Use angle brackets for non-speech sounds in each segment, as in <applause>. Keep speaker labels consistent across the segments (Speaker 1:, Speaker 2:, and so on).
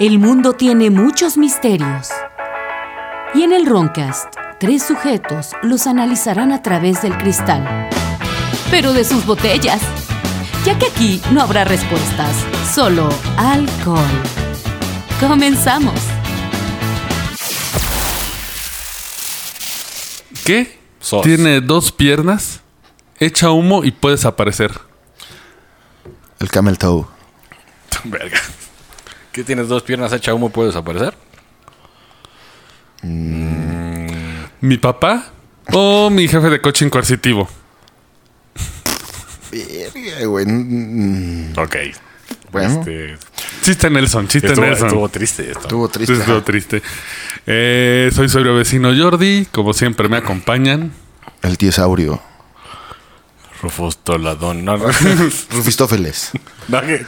Speaker 1: El mundo tiene muchos misterios. Y en el Roncast, tres sujetos los analizarán a través del cristal. Pero de sus botellas. Ya que aquí no habrá respuestas, solo alcohol. Comenzamos.
Speaker 2: ¿Qué? Tiene dos piernas, echa humo y puede desaparecer.
Speaker 3: El camel toe.
Speaker 4: <laughs> Verga. ¿Qué tienes dos piernas hecha humo? ¿Puede desaparecer?
Speaker 2: ¿Mi papá o mi jefe de coaching coercitivo?
Speaker 3: Verga, Eh, güey. Mm,
Speaker 4: Ok.
Speaker 3: Bueno.
Speaker 4: Este,
Speaker 2: Chiste Nelson, chiste
Speaker 4: estuvo,
Speaker 2: Nelson.
Speaker 4: estuvo triste esto.
Speaker 3: Estuvo triste.
Speaker 2: Estuvo
Speaker 3: ajá.
Speaker 2: triste. Eh, soy sobrio vecino Jordi. Como siempre, me acompañan. <laughs>
Speaker 3: El tiesaurio.
Speaker 4: Rufostoladón. <laughs> No, no.
Speaker 3: Rufistófeles.
Speaker 4: No, que-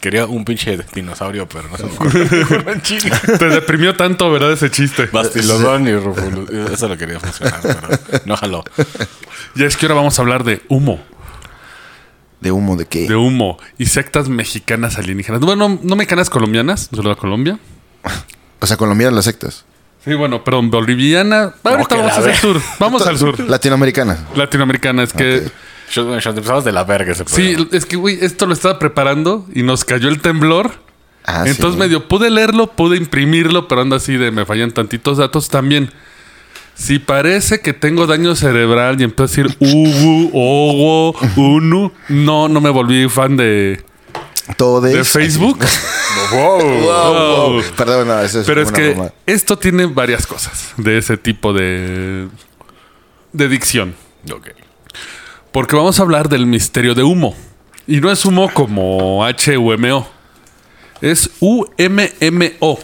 Speaker 4: Quería un pinche dinosaurio, pero no se me ocurrió <laughs> uno en Chile.
Speaker 2: Te deprimió tanto, ¿verdad? Ese chiste.
Speaker 4: Bastilodón y Rufolo. Eso lo quería <laughs> funcionar, pero no jaló.
Speaker 2: Ya es que ahora vamos a hablar de humo.
Speaker 3: ¿De humo de qué?
Speaker 2: De humo y sectas mexicanas alienígenas. Bueno, no mexicanas, colombianas. Un saludo a Colombia.
Speaker 3: O sea, colombianas las sectas.
Speaker 2: Sí, bueno, perdón, boliviana. Ahorita
Speaker 4: que
Speaker 2: vamos
Speaker 4: la
Speaker 2: hacia el
Speaker 4: ve-
Speaker 2: sur. Vamos al sur.
Speaker 3: Latinoamericanas.
Speaker 2: Latinoamericana. Es que.
Speaker 4: Yo, yo empezamos de la verga ese
Speaker 2: Sí,
Speaker 4: programa.
Speaker 2: es que, güey, esto lo estaba preparando y nos cayó el temblor.
Speaker 3: Ah,
Speaker 2: Entonces
Speaker 3: sí.
Speaker 2: medio pude leerlo, pude imprimirlo, pero anda así de me fallan tantitos datos también. Si parece que tengo daño cerebral y empiezo a
Speaker 3: <laughs>
Speaker 2: decir ugu, owo, unu, no, no me volví fan de,
Speaker 3: Todes.
Speaker 2: de Facebook.
Speaker 3: <laughs>
Speaker 2: <laughs>
Speaker 3: Wow,
Speaker 2: Wow.
Speaker 3: wow. Perdón, no, eso es
Speaker 2: Pero es
Speaker 3: una
Speaker 2: que
Speaker 3: broma.
Speaker 2: esto tiene varias cosas de ese tipo de, de dicción.
Speaker 4: Ok.
Speaker 2: Porque vamos a hablar del misterio de humo. Y no es humo como H-U-M-O. Es U-M-M-O.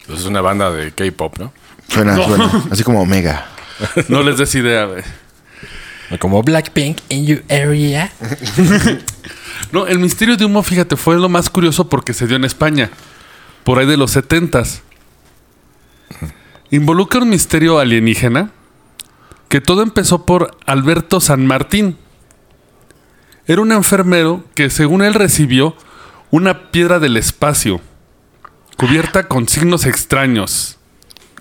Speaker 4: Entonces es una banda de K-pop, ¿no?
Speaker 3: Suena, suena. Así como Omega.
Speaker 2: No les des idea, güey.
Speaker 4: Como Blackpink in your area.
Speaker 2: No, el misterio de humo, fíjate, fue lo más curioso porque se dio en España, por ahí de los setentas. Involucra un misterio alienígena que todo empezó por Alberto San Martín. Era un enfermero que, según él, recibió una piedra del espacio cubierta con signos extraños.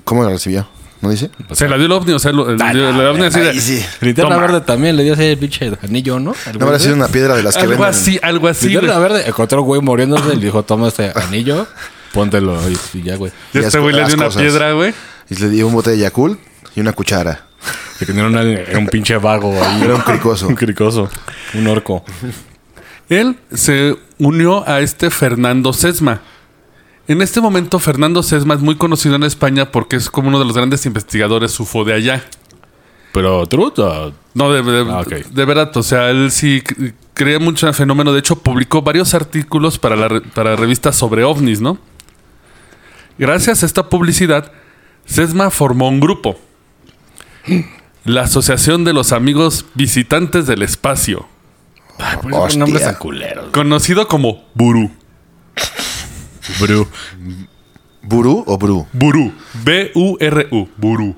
Speaker 3: ¿Cómo la recibió? ¿No dice?
Speaker 2: Se la dio el ovni, o sea, lo- el, el- el ovni así de-
Speaker 3: Ah, Ahí sí.
Speaker 4: Linterna
Speaker 2: Toma.
Speaker 4: verde también le dio ese pinche anillo, ¿no? Al
Speaker 3: No
Speaker 4: güey.
Speaker 3: habrá sido una piedra de las que
Speaker 2: Algo
Speaker 3: venden.
Speaker 2: así, algo así. güey.
Speaker 4: Linterna Pues verde encontró un güey muriéndose y le dijo, toma este anillo, póntelo y, y ya, güey.
Speaker 2: Y este güey le
Speaker 3: Las
Speaker 2: dio una
Speaker 3: cosas.
Speaker 2: piedra, güey.
Speaker 3: Y le dio un bote de Yakult y una cuchara.
Speaker 4: Que tenía una- era un pinche vago
Speaker 2: <laughs>
Speaker 4: ahí.
Speaker 3: Era un <laughs> cricoso.
Speaker 4: Un cricoso. Un orco.
Speaker 2: Él se unió a este Fernando Sesma. En este momento, Fernando Sesma es muy conocido en España porque es como uno de los grandes investigadores UFO de allá.
Speaker 4: Pero truth o-
Speaker 2: No, de, de-
Speaker 4: Ah, ok.
Speaker 2: de verdad, o sea, él sí c- creía mucho en el fenómeno. De hecho, publicó varios artículos para, la re- para revistas sobre ovnis, ¿no? Gracias a esta publicidad, Sesma formó un grupo. La Asociación de los Amigos Visitantes del Espacio,
Speaker 4: Ay, por
Speaker 3: Hostia.
Speaker 4: nombres tan culeros.
Speaker 2: conocido como Buru.
Speaker 4: Bru.
Speaker 3: ¿Burú o Bru?
Speaker 2: Buru. B-U-R-U. Buru.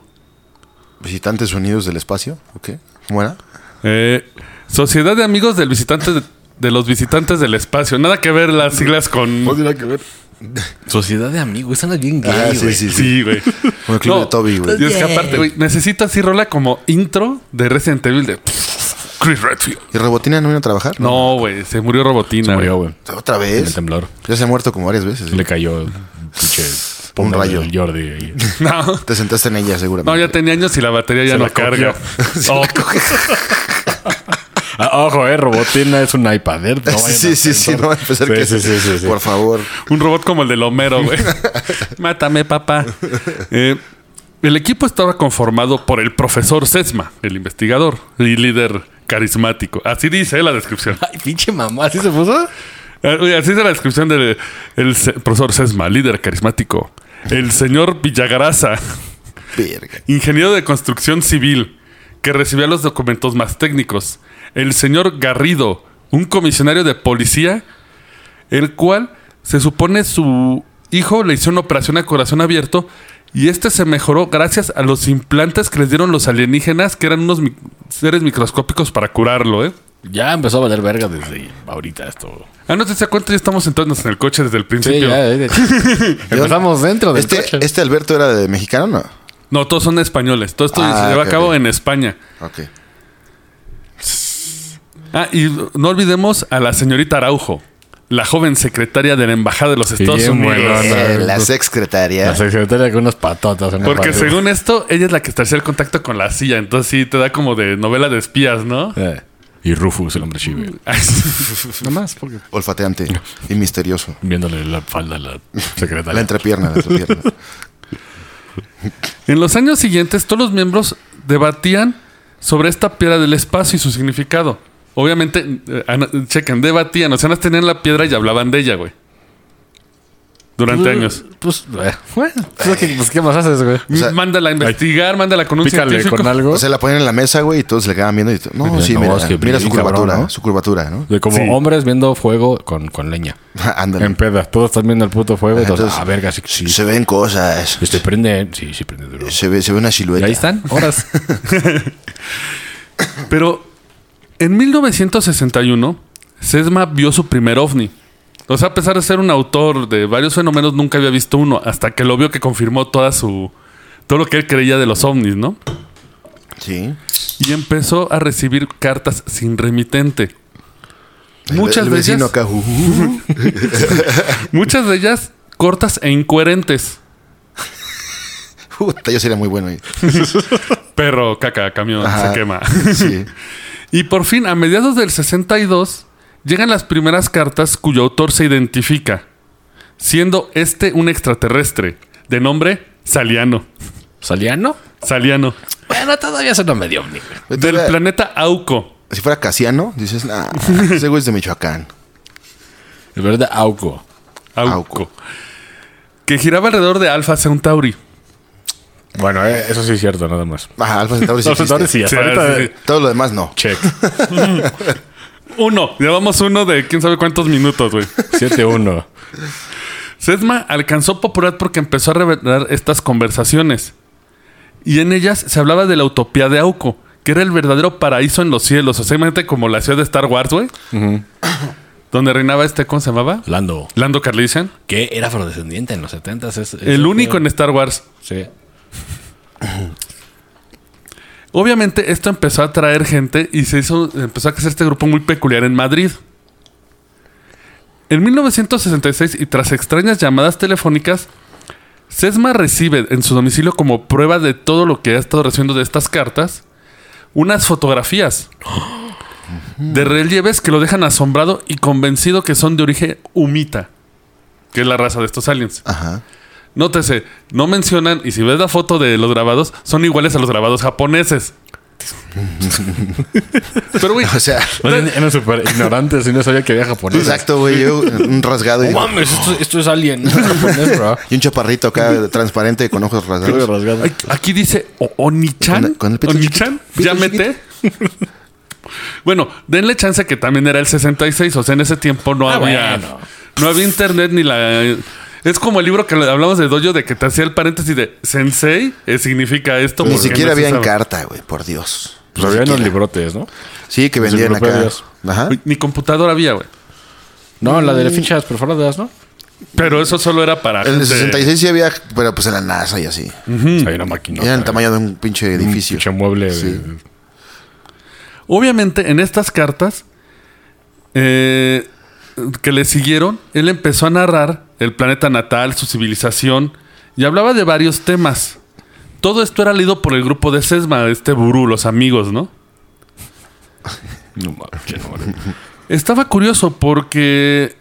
Speaker 3: Visitantes Unidos del Espacio. ¿O qué? ¿Cómo era?
Speaker 2: Eh, Sociedad de Amigos del Visitante de, de los Visitantes del Espacio. Nada que ver las siglas con.
Speaker 3: tiene que ver.
Speaker 4: Sociedad de amigos. Están bien gay,
Speaker 3: Ah, sí,
Speaker 4: güey.
Speaker 3: sí, sí.
Speaker 2: Sí, güey.
Speaker 3: Como el club de Toby, güey.
Speaker 2: Y es que aparte, güey, necesito así rola como intro de Resident Evil de Chris Redfield.
Speaker 3: ¿Y Robotina no vino a trabajar?
Speaker 2: No, güey, se murió Robotina.
Speaker 4: Se murió, güey.
Speaker 3: ¿Otra
Speaker 4: En el
Speaker 3: vez?
Speaker 4: temblor.
Speaker 3: Ya se ha muerto como varias veces. ¿eh?
Speaker 4: Le cayó el pinche...
Speaker 3: Un
Speaker 4: pombo
Speaker 3: rayo.
Speaker 4: del
Speaker 3: <laughs>
Speaker 4: Jordi.
Speaker 2: güey.
Speaker 4: ahí.
Speaker 2: No.
Speaker 3: Te sentaste en ella seguramente.
Speaker 2: No, ya
Speaker 3: <laughs>
Speaker 2: tenía años y la batería ya
Speaker 4: Se
Speaker 2: no
Speaker 4: la cogió.
Speaker 2: carga. <laughs> Oh,
Speaker 4: <laughs> Ah, ojo, eh. Robotina es un iPad. ¿eh? No vayan a
Speaker 3: sí, sí, sí,
Speaker 4: pensar.
Speaker 3: no va a empezar
Speaker 4: Sí,
Speaker 3: que...
Speaker 4: sí, sí, sí, sí.
Speaker 3: Por favor.
Speaker 2: Un robot como el del Homero, güey. Mátame, papá. Eh, el equipo estaba conformado por el profesor Sesma, el investigador y líder carismático. Así dice la descripción.
Speaker 4: Ay, pinche mamá. ¿Así se puso?
Speaker 2: Eh, oye, Así dice la descripción del el se- profesor Sesma, líder carismático. El señor Villagrasa,
Speaker 3: Verga.
Speaker 2: ingeniero de construcción civil, que recibía los documentos más técnicos. El señor Garrido, un comisionario de policía, el cual se supone su hijo le hizo una operación a corazón abierto y este se mejoró gracias a los implantes que les dieron los alienígenas, que eran unos mi- seres microscópicos para curarlo, ¿eh?
Speaker 4: Ya empezó a valer verga desde ahorita esto.
Speaker 2: Ah, no te das cuenta, ya estamos entrándonos en el coche desde el principio.
Speaker 3: eh.
Speaker 4: eh, <laughs> Empezamos dentro del
Speaker 3: Este,
Speaker 4: coche.
Speaker 3: este Alberto era de mexicano, ¿no?
Speaker 2: No, todos son españoles. Todo esto
Speaker 3: Ah,
Speaker 2: se lleva
Speaker 3: ok,
Speaker 2: a cabo
Speaker 3: ok.
Speaker 2: en España.
Speaker 3: Ok.
Speaker 2: Ah, y no olvidemos a la señorita Araujo, la joven secretaria de la Embajada de los Estados
Speaker 4: bien
Speaker 2: Unidos.
Speaker 4: buena onda.
Speaker 3: Eh,
Speaker 4: Ah, no,
Speaker 3: la
Speaker 4: no.
Speaker 3: secretaria.
Speaker 4: La secretaria con unas patatas.
Speaker 3: Eh,
Speaker 4: en la
Speaker 2: Porque
Speaker 4: pared.
Speaker 2: según esto, ella es la que estableció el contacto con la CIA. Entonces sí, te da como de novela de espías,
Speaker 4: <laughs>
Speaker 2: ¿no?
Speaker 4: Eh, Y Rufus, el hombre chive. Nada más, porque...
Speaker 3: Olfateante y misterioso.
Speaker 4: Viéndole la falda a la secretaria.
Speaker 3: La entrepierna, la entrepierna.
Speaker 4: <laughs>
Speaker 2: en los años siguientes, todos los miembros debatían sobre esta piedra del espacio y su significado. Obviamente, eh, ana- chequen, debatían. O sea, antes tenían la piedra y hablaban de ella, güey. Durante años.
Speaker 4: Pues, eh, bueno. pues, ¿qué- pues, ¿qué más haces, güey?
Speaker 3: O sea,
Speaker 2: mándala a investigar, mándala con un
Speaker 4: Pícale
Speaker 2: científico.
Speaker 4: con algo.
Speaker 3: o sea, la ponían en la mesa, güey, y todos le quedaban viendo. Y t- no,
Speaker 4: Mira,
Speaker 3: sí,
Speaker 4: no,
Speaker 3: mira,
Speaker 4: es que
Speaker 3: mira su
Speaker 4: bien cabrón,
Speaker 3: curvatura,
Speaker 4: ¿no?
Speaker 3: su curvatura, ¿no?
Speaker 4: de como
Speaker 2: sí.
Speaker 4: hombres viendo fuego con, con leña. En
Speaker 3: <laughs> Ándale.
Speaker 4: peda. Todos están viendo el puto fuego.
Speaker 3: Ajá,
Speaker 4: Entonces,
Speaker 3: entonces,
Speaker 4: ah, verga, sí. sí.
Speaker 3: Se ven cosas.
Speaker 4: Este prende. Sí, sí, prende duro.
Speaker 3: Se ve, se ve una
Speaker 4: Y
Speaker 3: silueta.
Speaker 4: ahí están,
Speaker 3: <laughs>
Speaker 4: horas.
Speaker 2: Pero en 1961, Sesma vio su primer ovni. O sea, a pesar de ser un autor de varios fenómenos, nunca había visto uno, hasta que lo vio que confirmó toda su. todo lo que él creía de los ovnis, ¿no?
Speaker 3: Sí.
Speaker 2: Y empezó a recibir cartas sin remitente.
Speaker 3: El-
Speaker 2: Muchas
Speaker 3: el
Speaker 2: de
Speaker 3: vecino
Speaker 2: ellas.
Speaker 3: acá, ju- ju- ju.
Speaker 2: Muchas de ellas cortas e incoherentes.
Speaker 3: Puta, yo sería muy bueno. ahí.
Speaker 2: Perro, caca, camión,
Speaker 3: Ajá.
Speaker 2: se
Speaker 3: <laughs>
Speaker 2: quema.
Speaker 3: Sí.
Speaker 2: Y por fin, a mediados del 62, llegan las primeras cartas cuyo autor se identifica, siendo este un extraterrestre, de nombre Saliano.
Speaker 4: ¿Saliano?
Speaker 2: Saliano,
Speaker 4: Bueno, todavía se me dio ovni.
Speaker 2: del
Speaker 3: Fuera-
Speaker 2: planeta Auco.
Speaker 3: Si fuera Casiano, dices, nah, ese güey es de Michoacán.
Speaker 4: De verdad, Auco.
Speaker 2: Auco.
Speaker 3: Auco.
Speaker 2: Que giraba alrededor de Alpha Centauri.
Speaker 4: Bueno, eh, eso sí es cierto, nada más.
Speaker 3: Ajá, Alfa Centauri sí
Speaker 4: Los
Speaker 3: existe.
Speaker 4: sensores sí, hasta
Speaker 2: Sí,
Speaker 4: ahorita. eh.
Speaker 2: sí, sí.
Speaker 3: Todo lo demás no.
Speaker 4: <laughs> Check.
Speaker 2: Uno, llevamos uno de quién sabe cuántos minutos, güey.
Speaker 4: 7-1.
Speaker 2: Sesma alcanzó popularidad porque empezó a revelar estas conversaciones. Y en ellas se hablaba de la utopía de Auco, que era el verdadero paraíso en los cielos. O sea, imagínate como la ciudad de Star Wars, güey. Donde reinaba este, ¿cómo se llamaba?
Speaker 4: Lando,
Speaker 2: Lando Carlisian.
Speaker 4: que era afrodescendiente en los 70 es, es-
Speaker 2: El único en Star Wars.
Speaker 4: Sí.
Speaker 2: Obviamente esto empezó a atraer gente y se hizo, empezó a crecer este grupo muy peculiar en Madrid. En 1966 y tras extrañas llamadas telefónicas, Sesma recibe en su domicilio como prueba de todo lo que ha estado recibiendo de estas cartas unas fotografías de relieves que lo dejan asombrado y convencido que son de origen humita, que es la raza de estos aliens.
Speaker 3: Ajá.
Speaker 2: Nótese, no mencionan, y si ves la foto de los grabados, son iguales a los grabados japoneses. Pero, güey,
Speaker 3: <laughs> O sea,
Speaker 4: Eran súper ignorantes y no sabía que había japonés.
Speaker 3: exacto, güey. Yo, un rasgado y,
Speaker 4: No mames, esto, esto es alien. no es japonés, bro.
Speaker 3: y un chaparrito acá transparente con ojos rasgados.
Speaker 2: ay, aquí dice o- Onichan.
Speaker 3: Con- con el pito
Speaker 2: Onichan, ya mete. <laughs> bueno, denle chance que también era el 66, o sea, en ese tiempo no
Speaker 4: Ah,
Speaker 2: había.
Speaker 4: bueno.
Speaker 2: No había internet ni la. Es como el libro que hablamos de Dojo de que te hacía el paréntesis de sensei, eh, significa esto.
Speaker 3: Ni
Speaker 2: porque
Speaker 3: siquiera
Speaker 2: no se
Speaker 3: había en
Speaker 2: sabe.
Speaker 3: carta, güey, por Dios.
Speaker 4: Pues había en los
Speaker 3: Siquiera.
Speaker 4: librotes, ¿no?
Speaker 3: Sí, que
Speaker 4: Los
Speaker 3: vendían acá.
Speaker 4: improperios.
Speaker 3: Ajá.
Speaker 2: Ni computadora había, güey.
Speaker 4: No, la de fichas perforadas, ¿no?
Speaker 2: Pero eso solo era para.
Speaker 3: En
Speaker 2: gente-
Speaker 3: el 66 sí había, pero pues en la NASA y así.
Speaker 4: O sea, hay una máquina.
Speaker 3: Era el tamaño de un pinche edificio. <laughs>
Speaker 4: Pinche mueble.
Speaker 3: Sí.
Speaker 4: de-
Speaker 2: Obviamente, en estas cartas eh, que le siguieron, él empezó a narrar el planeta natal, su civilización, y hablaba de varios temas. Todo esto era leído por el grupo de Sesma, este burú, los amigos, ¿no?
Speaker 4: No mames, qué nombre.
Speaker 2: Estaba curioso porque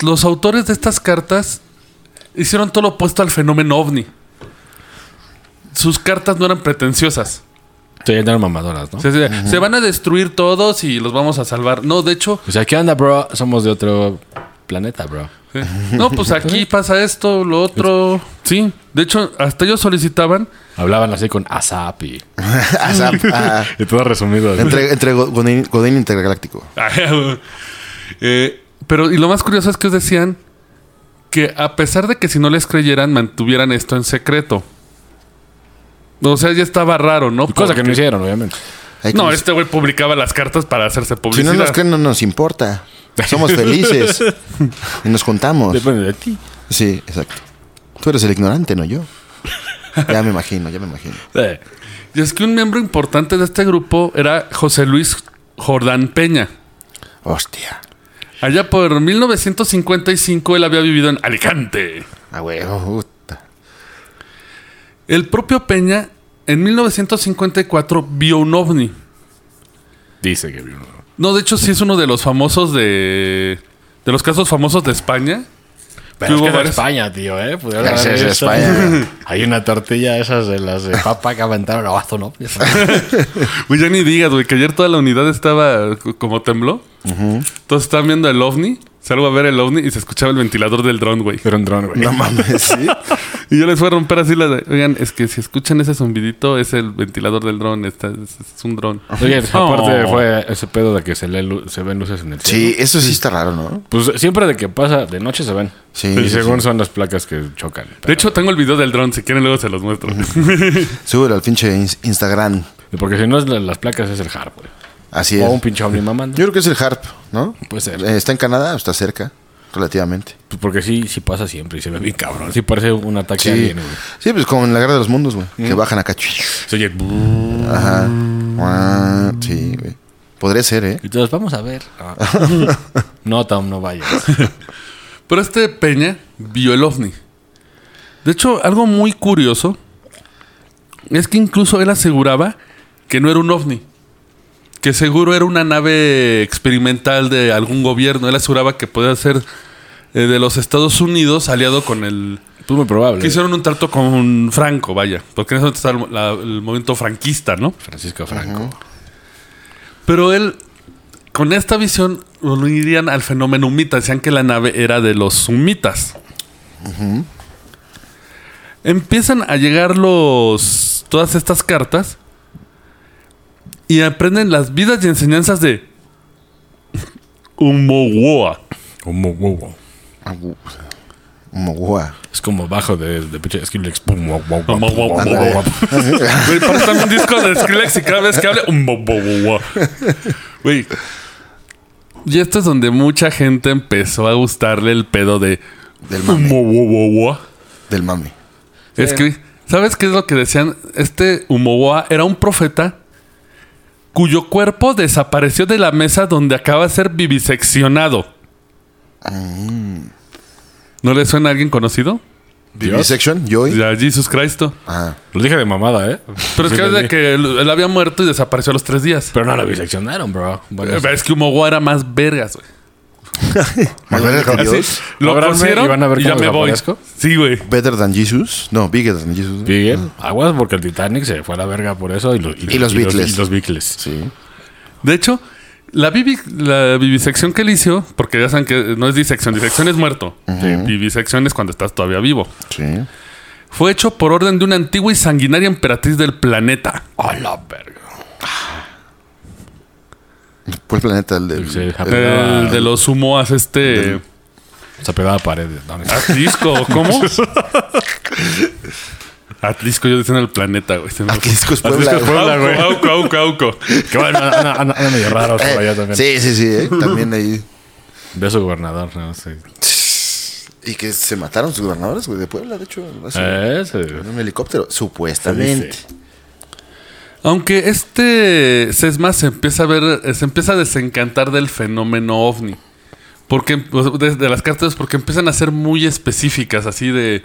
Speaker 2: los autores de estas cartas hicieron todo lo opuesto al fenómeno ovni. Sus cartas no eran pretenciosas.
Speaker 4: Sí, eran mamadoras, ¿no?
Speaker 2: O sea, se- Se van a destruir todos y los vamos a salvar. No, de hecho,
Speaker 4: O sea, ¿qué onda, bro? Somos de otro planeta, bro.
Speaker 2: Sí. No, pues aquí pasa esto, lo otro. Sí, de hecho, hasta ellos solicitaban.
Speaker 4: Hablaban así con ASAP y,
Speaker 3: Azap, ajá.
Speaker 4: y todo resumido. así.
Speaker 3: Entre, entre Go- Godín, Godín Intergaláctico.
Speaker 2: Eh, pero, y lo más curioso es que ellos decían que a pesar de que si no les creyeran, mantuvieran esto en secreto. O sea, ya estaba raro, ¿no?
Speaker 4: Cosa que no
Speaker 2: Porque-
Speaker 4: hicieron, obviamente.
Speaker 3: Hay que
Speaker 2: No,
Speaker 3: buscar-
Speaker 2: este güey publicaba las cartas para hacerse
Speaker 3: Si
Speaker 2: publicidad.
Speaker 3: no nos creen, no nos importa. Somos
Speaker 4: <laughs>
Speaker 3: felices. y nos contamos.
Speaker 4: Depende de ti.
Speaker 3: Sí, exacto. Tú eres el ignorante, no yo. Ya me imagino, ya me imagino.
Speaker 2: Eh. Y es que un miembro importante de este grupo era José Luis Jordán Peña.
Speaker 3: Hostia.
Speaker 2: Allá por 1955 él había vivido en Alicante.
Speaker 3: A huevo. puta.
Speaker 2: El propio Peña en 1954 vio un ovni.
Speaker 4: Dice que vio uno.
Speaker 2: No, de hecho sí es uno de los famosos de... De los casos famosos de España.
Speaker 4: Pero es
Speaker 2: Hubo
Speaker 4: que es de
Speaker 2: varios-
Speaker 4: España, tío, ¿eh? Pudieron
Speaker 3: Ese
Speaker 4: haber
Speaker 3: es de
Speaker 4: visto.
Speaker 3: España.
Speaker 4: <laughs> Hay una tortilla esas de las de papa que aventaron abajo, ¿no? Ya sabes.
Speaker 2: Uy, ya ni digas, güey, que ayer toda la unidad estaba c- como tembló. Entonces estaban viendo el ovni. Salgo a ver el ovni y se escuchaba el ventilador del dron, güey.
Speaker 4: <laughs> Era un dron, güey.
Speaker 3: No mames, sí.
Speaker 2: Y yo les voy a romper así la de, Oigan, es que si escuchan ese zumbidito, es el ventilador del dron. Está, es, es un dron.
Speaker 4: Oye, aparte
Speaker 2: Oh.
Speaker 4: fue ese pedo de que se, lee lu- se ven luces en el cielo.
Speaker 3: <laughs> Sí, eso sí está raro, ¿no?
Speaker 4: Pues siempre de que pasa, de noche se ven.
Speaker 3: Sí,
Speaker 4: Y
Speaker 3: sí,
Speaker 4: según son las placas que chocan.
Speaker 2: De hecho, tengo el video del dron. Si quieren, luego se los muestro.
Speaker 3: Súbelo al pinche ins- Instagram.
Speaker 4: Porque si no es la- las placas, es el hard, güey.
Speaker 3: Así
Speaker 4: O un
Speaker 3: es.
Speaker 4: pinche ovni mamando.
Speaker 3: Yo creo que es el harp, ¿no?
Speaker 4: Puede ser.
Speaker 3: Eh, Está en Canadá, está cerca, relativamente.
Speaker 4: Pues Porque sí, sí pasa siempre y se ve bien cabrón. Sí parece un ataque a
Speaker 3: Sí.
Speaker 4: alguien, güey. Mm.
Speaker 3: Sí, pues como en la guerra de los mundos, güey. Que bajan acá.
Speaker 4: Se oye... "Bú".
Speaker 3: Ajá. Guau, Sí, güey. Podría ser, ¿eh?
Speaker 4: Y todos, vamos a ver. Ah. No, Tom, no vayas.
Speaker 2: Pero este Peña vio el ovni. De hecho, algo muy curioso es que incluso él aseguraba que no era un ovni. Que seguro era una nave experimental de algún gobierno. Él aseguraba que podía ser eh, de los Estados Unidos aliado con el...
Speaker 4: Pues muy probable.
Speaker 2: Que hicieron un trato con Franco, vaya. Porque en eso está el, la- el movimiento franquista, ¿no?
Speaker 4: Francisco Franco.
Speaker 2: Pero él, con esta visión, lo unirían al fenómeno humita. Decían que la nave era de los humitas. Empiezan a llegar los, todas estas cartas y aprenden las vidas y enseñanzas de Umowoa.
Speaker 4: Como wow.
Speaker 3: Agu- Mogua.
Speaker 4: Es como bajo de, de pinche Skrillex. Pum, wow, wow, wow,
Speaker 2: Como
Speaker 4: pum,
Speaker 2: wow,
Speaker 4: wow,
Speaker 2: wow,
Speaker 4: wow,
Speaker 2: wow.
Speaker 4: wow.
Speaker 2: Güey, parece también un disco de Skrillex y cada vez que hable, un bo, bo, bo, bo. Güey. Y esto es donde mucha gente empezó a gustarle el pedo de.
Speaker 3: Del mame.
Speaker 2: Mo, wo, wo, wo.
Speaker 3: Del mami.
Speaker 2: Es que, ¿sabes qué es lo que decían? Este Humoboa era un profeta cuyo cuerpo desapareció de la mesa donde acaba de ser viviseccionado.
Speaker 4: Ah.
Speaker 2: ¿No le suena a alguien conocido?
Speaker 4: Dios.
Speaker 3: Section, Joy.
Speaker 2: A Jesús Cristo.
Speaker 3: Ah,
Speaker 4: Lo dije de mamada, ¿eh?
Speaker 2: Pero es
Speaker 4: Sí,
Speaker 2: que es
Speaker 4: lo
Speaker 2: de
Speaker 4: dije.
Speaker 2: que él él había muerto y desapareció a los tres días.
Speaker 4: Pero no lo biseccionaron, bro. Bueno,
Speaker 2: Eh,
Speaker 4: sí.
Speaker 2: Es que Humoboa era más vergas, güey.
Speaker 3: Better
Speaker 4: ¿Ah,
Speaker 3: than
Speaker 2: Así,
Speaker 3: Dios.
Speaker 2: Lo
Speaker 4: Ábranme
Speaker 2: pusieron
Speaker 4: y van a ver
Speaker 2: y
Speaker 4: cómo
Speaker 2: ya me voy.
Speaker 4: desaparezco.
Speaker 2: Sí, güey.
Speaker 3: Better than Jesus. No, bigger than Jesus.
Speaker 4: Miguel, aguas porque el Titanic se fue a la verga por eso. Y, lo-
Speaker 3: Y los Beatles.
Speaker 4: Y los Beatles.
Speaker 3: Sí.
Speaker 2: De hecho, la, vivi- la vivisección que él hizo, porque ya saben que no es disección, disección es muerto. Vivisección es cuando estás todavía vivo.
Speaker 3: Ah, Sí.
Speaker 2: Fue hecho por orden de una antigua y sanguinaria emperatriz del planeta.
Speaker 4: A la verga.
Speaker 3: ¿Cuál Pues planeta? El del.
Speaker 4: Sí,
Speaker 3: el-
Speaker 2: El de los humoas, este.
Speaker 4: Se pegaba a paredes. No, no.
Speaker 2: Atlisco, ¿cómo? Atlisco, yo decía en el planeta, güey. Se me-
Speaker 3: Atlisco es Ah, Puebla. eh.
Speaker 2: Atlisco es
Speaker 4: Puebla, güey.
Speaker 2: Auco, auco, auco, auco.
Speaker 4: que bueno, anda, anda- anda medio raro por allá
Speaker 3: Eh,
Speaker 4: también.
Speaker 3: sí, sí, sí. eh, También ahí.
Speaker 4: Ve a su gobernador, no sé.
Speaker 3: Y que se mataron sus gobernadores, güey, de Puebla, de hecho. hace-
Speaker 4: Eh, se-
Speaker 3: En un helicóptero, supuestamente.
Speaker 4: Se
Speaker 2: Aunque este sesma se empieza a ver, se empieza a desencantar del fenómeno ovni. Porque, pues, de, de las cartas, porque empiezan a ser muy específicas, así de.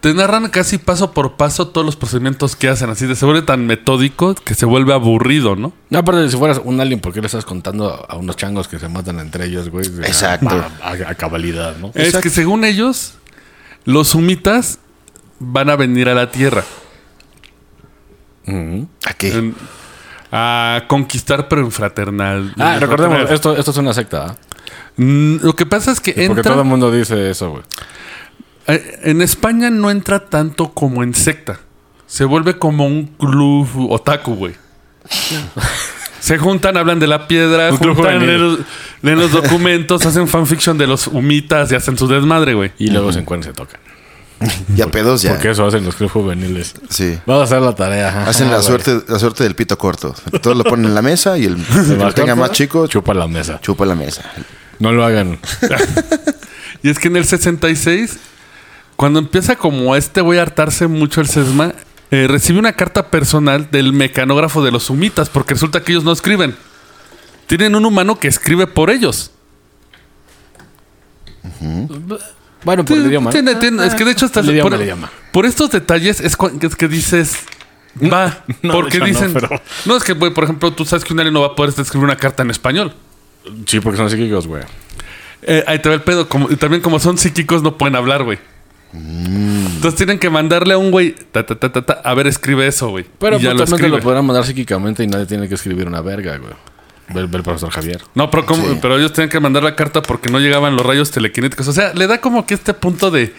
Speaker 2: Te narran casi paso por paso todos los procedimientos que hacen, así de se vuelve tan metódico que se vuelve aburrido, ¿no?
Speaker 4: No, aparte, si fueras un alien, ¿por qué le estás contando a unos changos que se matan entre ellos, güey?
Speaker 3: Exacto.
Speaker 4: A, a- a cabalidad, ¿no?
Speaker 2: Es que según ellos, los humitas van a venir a la tierra
Speaker 4: Ujú.
Speaker 3: ¿A qué?
Speaker 2: en- a conquistar, pero infraternal.
Speaker 4: Ah, recordemos,
Speaker 2: Infraternal.
Speaker 4: esto, esto es una secta, ¿ah?
Speaker 2: Mm, Lo que pasa es que
Speaker 4: Porque
Speaker 2: entra.
Speaker 4: todo el mundo dice eso, güey.
Speaker 2: Eh, En España no entra tanto como en secta. Se vuelve como un club otaku, güey. Se juntan, hablan de la piedra,
Speaker 4: Un club
Speaker 2: juntan,
Speaker 4: juvenil.
Speaker 2: leen los, leen
Speaker 4: <laughs>
Speaker 2: los documentos, hacen fanfiction de los humitas y hacen su desmadre, güey.
Speaker 4: Y luego se encuentran y se tocan.
Speaker 3: Ya pedos, ya.
Speaker 4: Porque eso hacen los clubes juveniles.
Speaker 3: Sí.
Speaker 4: Vamos a hacer la tarea. ajá, Ah,
Speaker 3: Hacen la
Speaker 4: güey.
Speaker 3: suerte, la suerte del pito corto. Todos lo ponen en la mesa y el que lo tenga más chico
Speaker 4: Chupa la mesa.
Speaker 3: chupa la mesa.
Speaker 4: No lo hagan.
Speaker 2: Y es que en el 66, cuando empieza como este voy a hartarse mucho el sesma, eh, recibe una carta personal del mecanógrafo de los sumitas, porque resulta que ellos no escriben. Tienen un humano que escribe por ellos.
Speaker 4: Bueno, por el idioma.
Speaker 2: Tiene- tiene-
Speaker 4: ah.
Speaker 2: es que de hecho hasta
Speaker 4: El
Speaker 2: se-
Speaker 4: idioma,
Speaker 2: por,
Speaker 4: el idioma.
Speaker 2: por estos detalles es, cua- es que dices va,
Speaker 4: <laughs> no,
Speaker 2: porque
Speaker 4: de hecho no,
Speaker 2: dicen no,
Speaker 4: pero-
Speaker 2: es que güey, por ejemplo tú sabes que un alien no va a poder escribir una carta en español.
Speaker 4: Sí, porque son psíquicos, güey.
Speaker 2: Eh, ahí te va el pedo. Como, y también como son psíquicos, no pueden hablar, güey.
Speaker 4: Mm.
Speaker 2: Entonces tienen que mandarle a un güey. Ta, ta, ta, ta, ta, a ver, escribe eso, güey.
Speaker 4: Pero
Speaker 2: Y ya lo
Speaker 4: justamente lo,
Speaker 2: escribe.
Speaker 4: podrán mandar psíquicamente y nadie tiene que escribir una verga, güey. Ve ve el profesor Javier.
Speaker 2: No, pero, ¿cómo?
Speaker 3: Sí.
Speaker 2: pero ellos tenían que mandar la carta porque no llegaban los rayos telequinéticos. O sea, le da como que este punto de.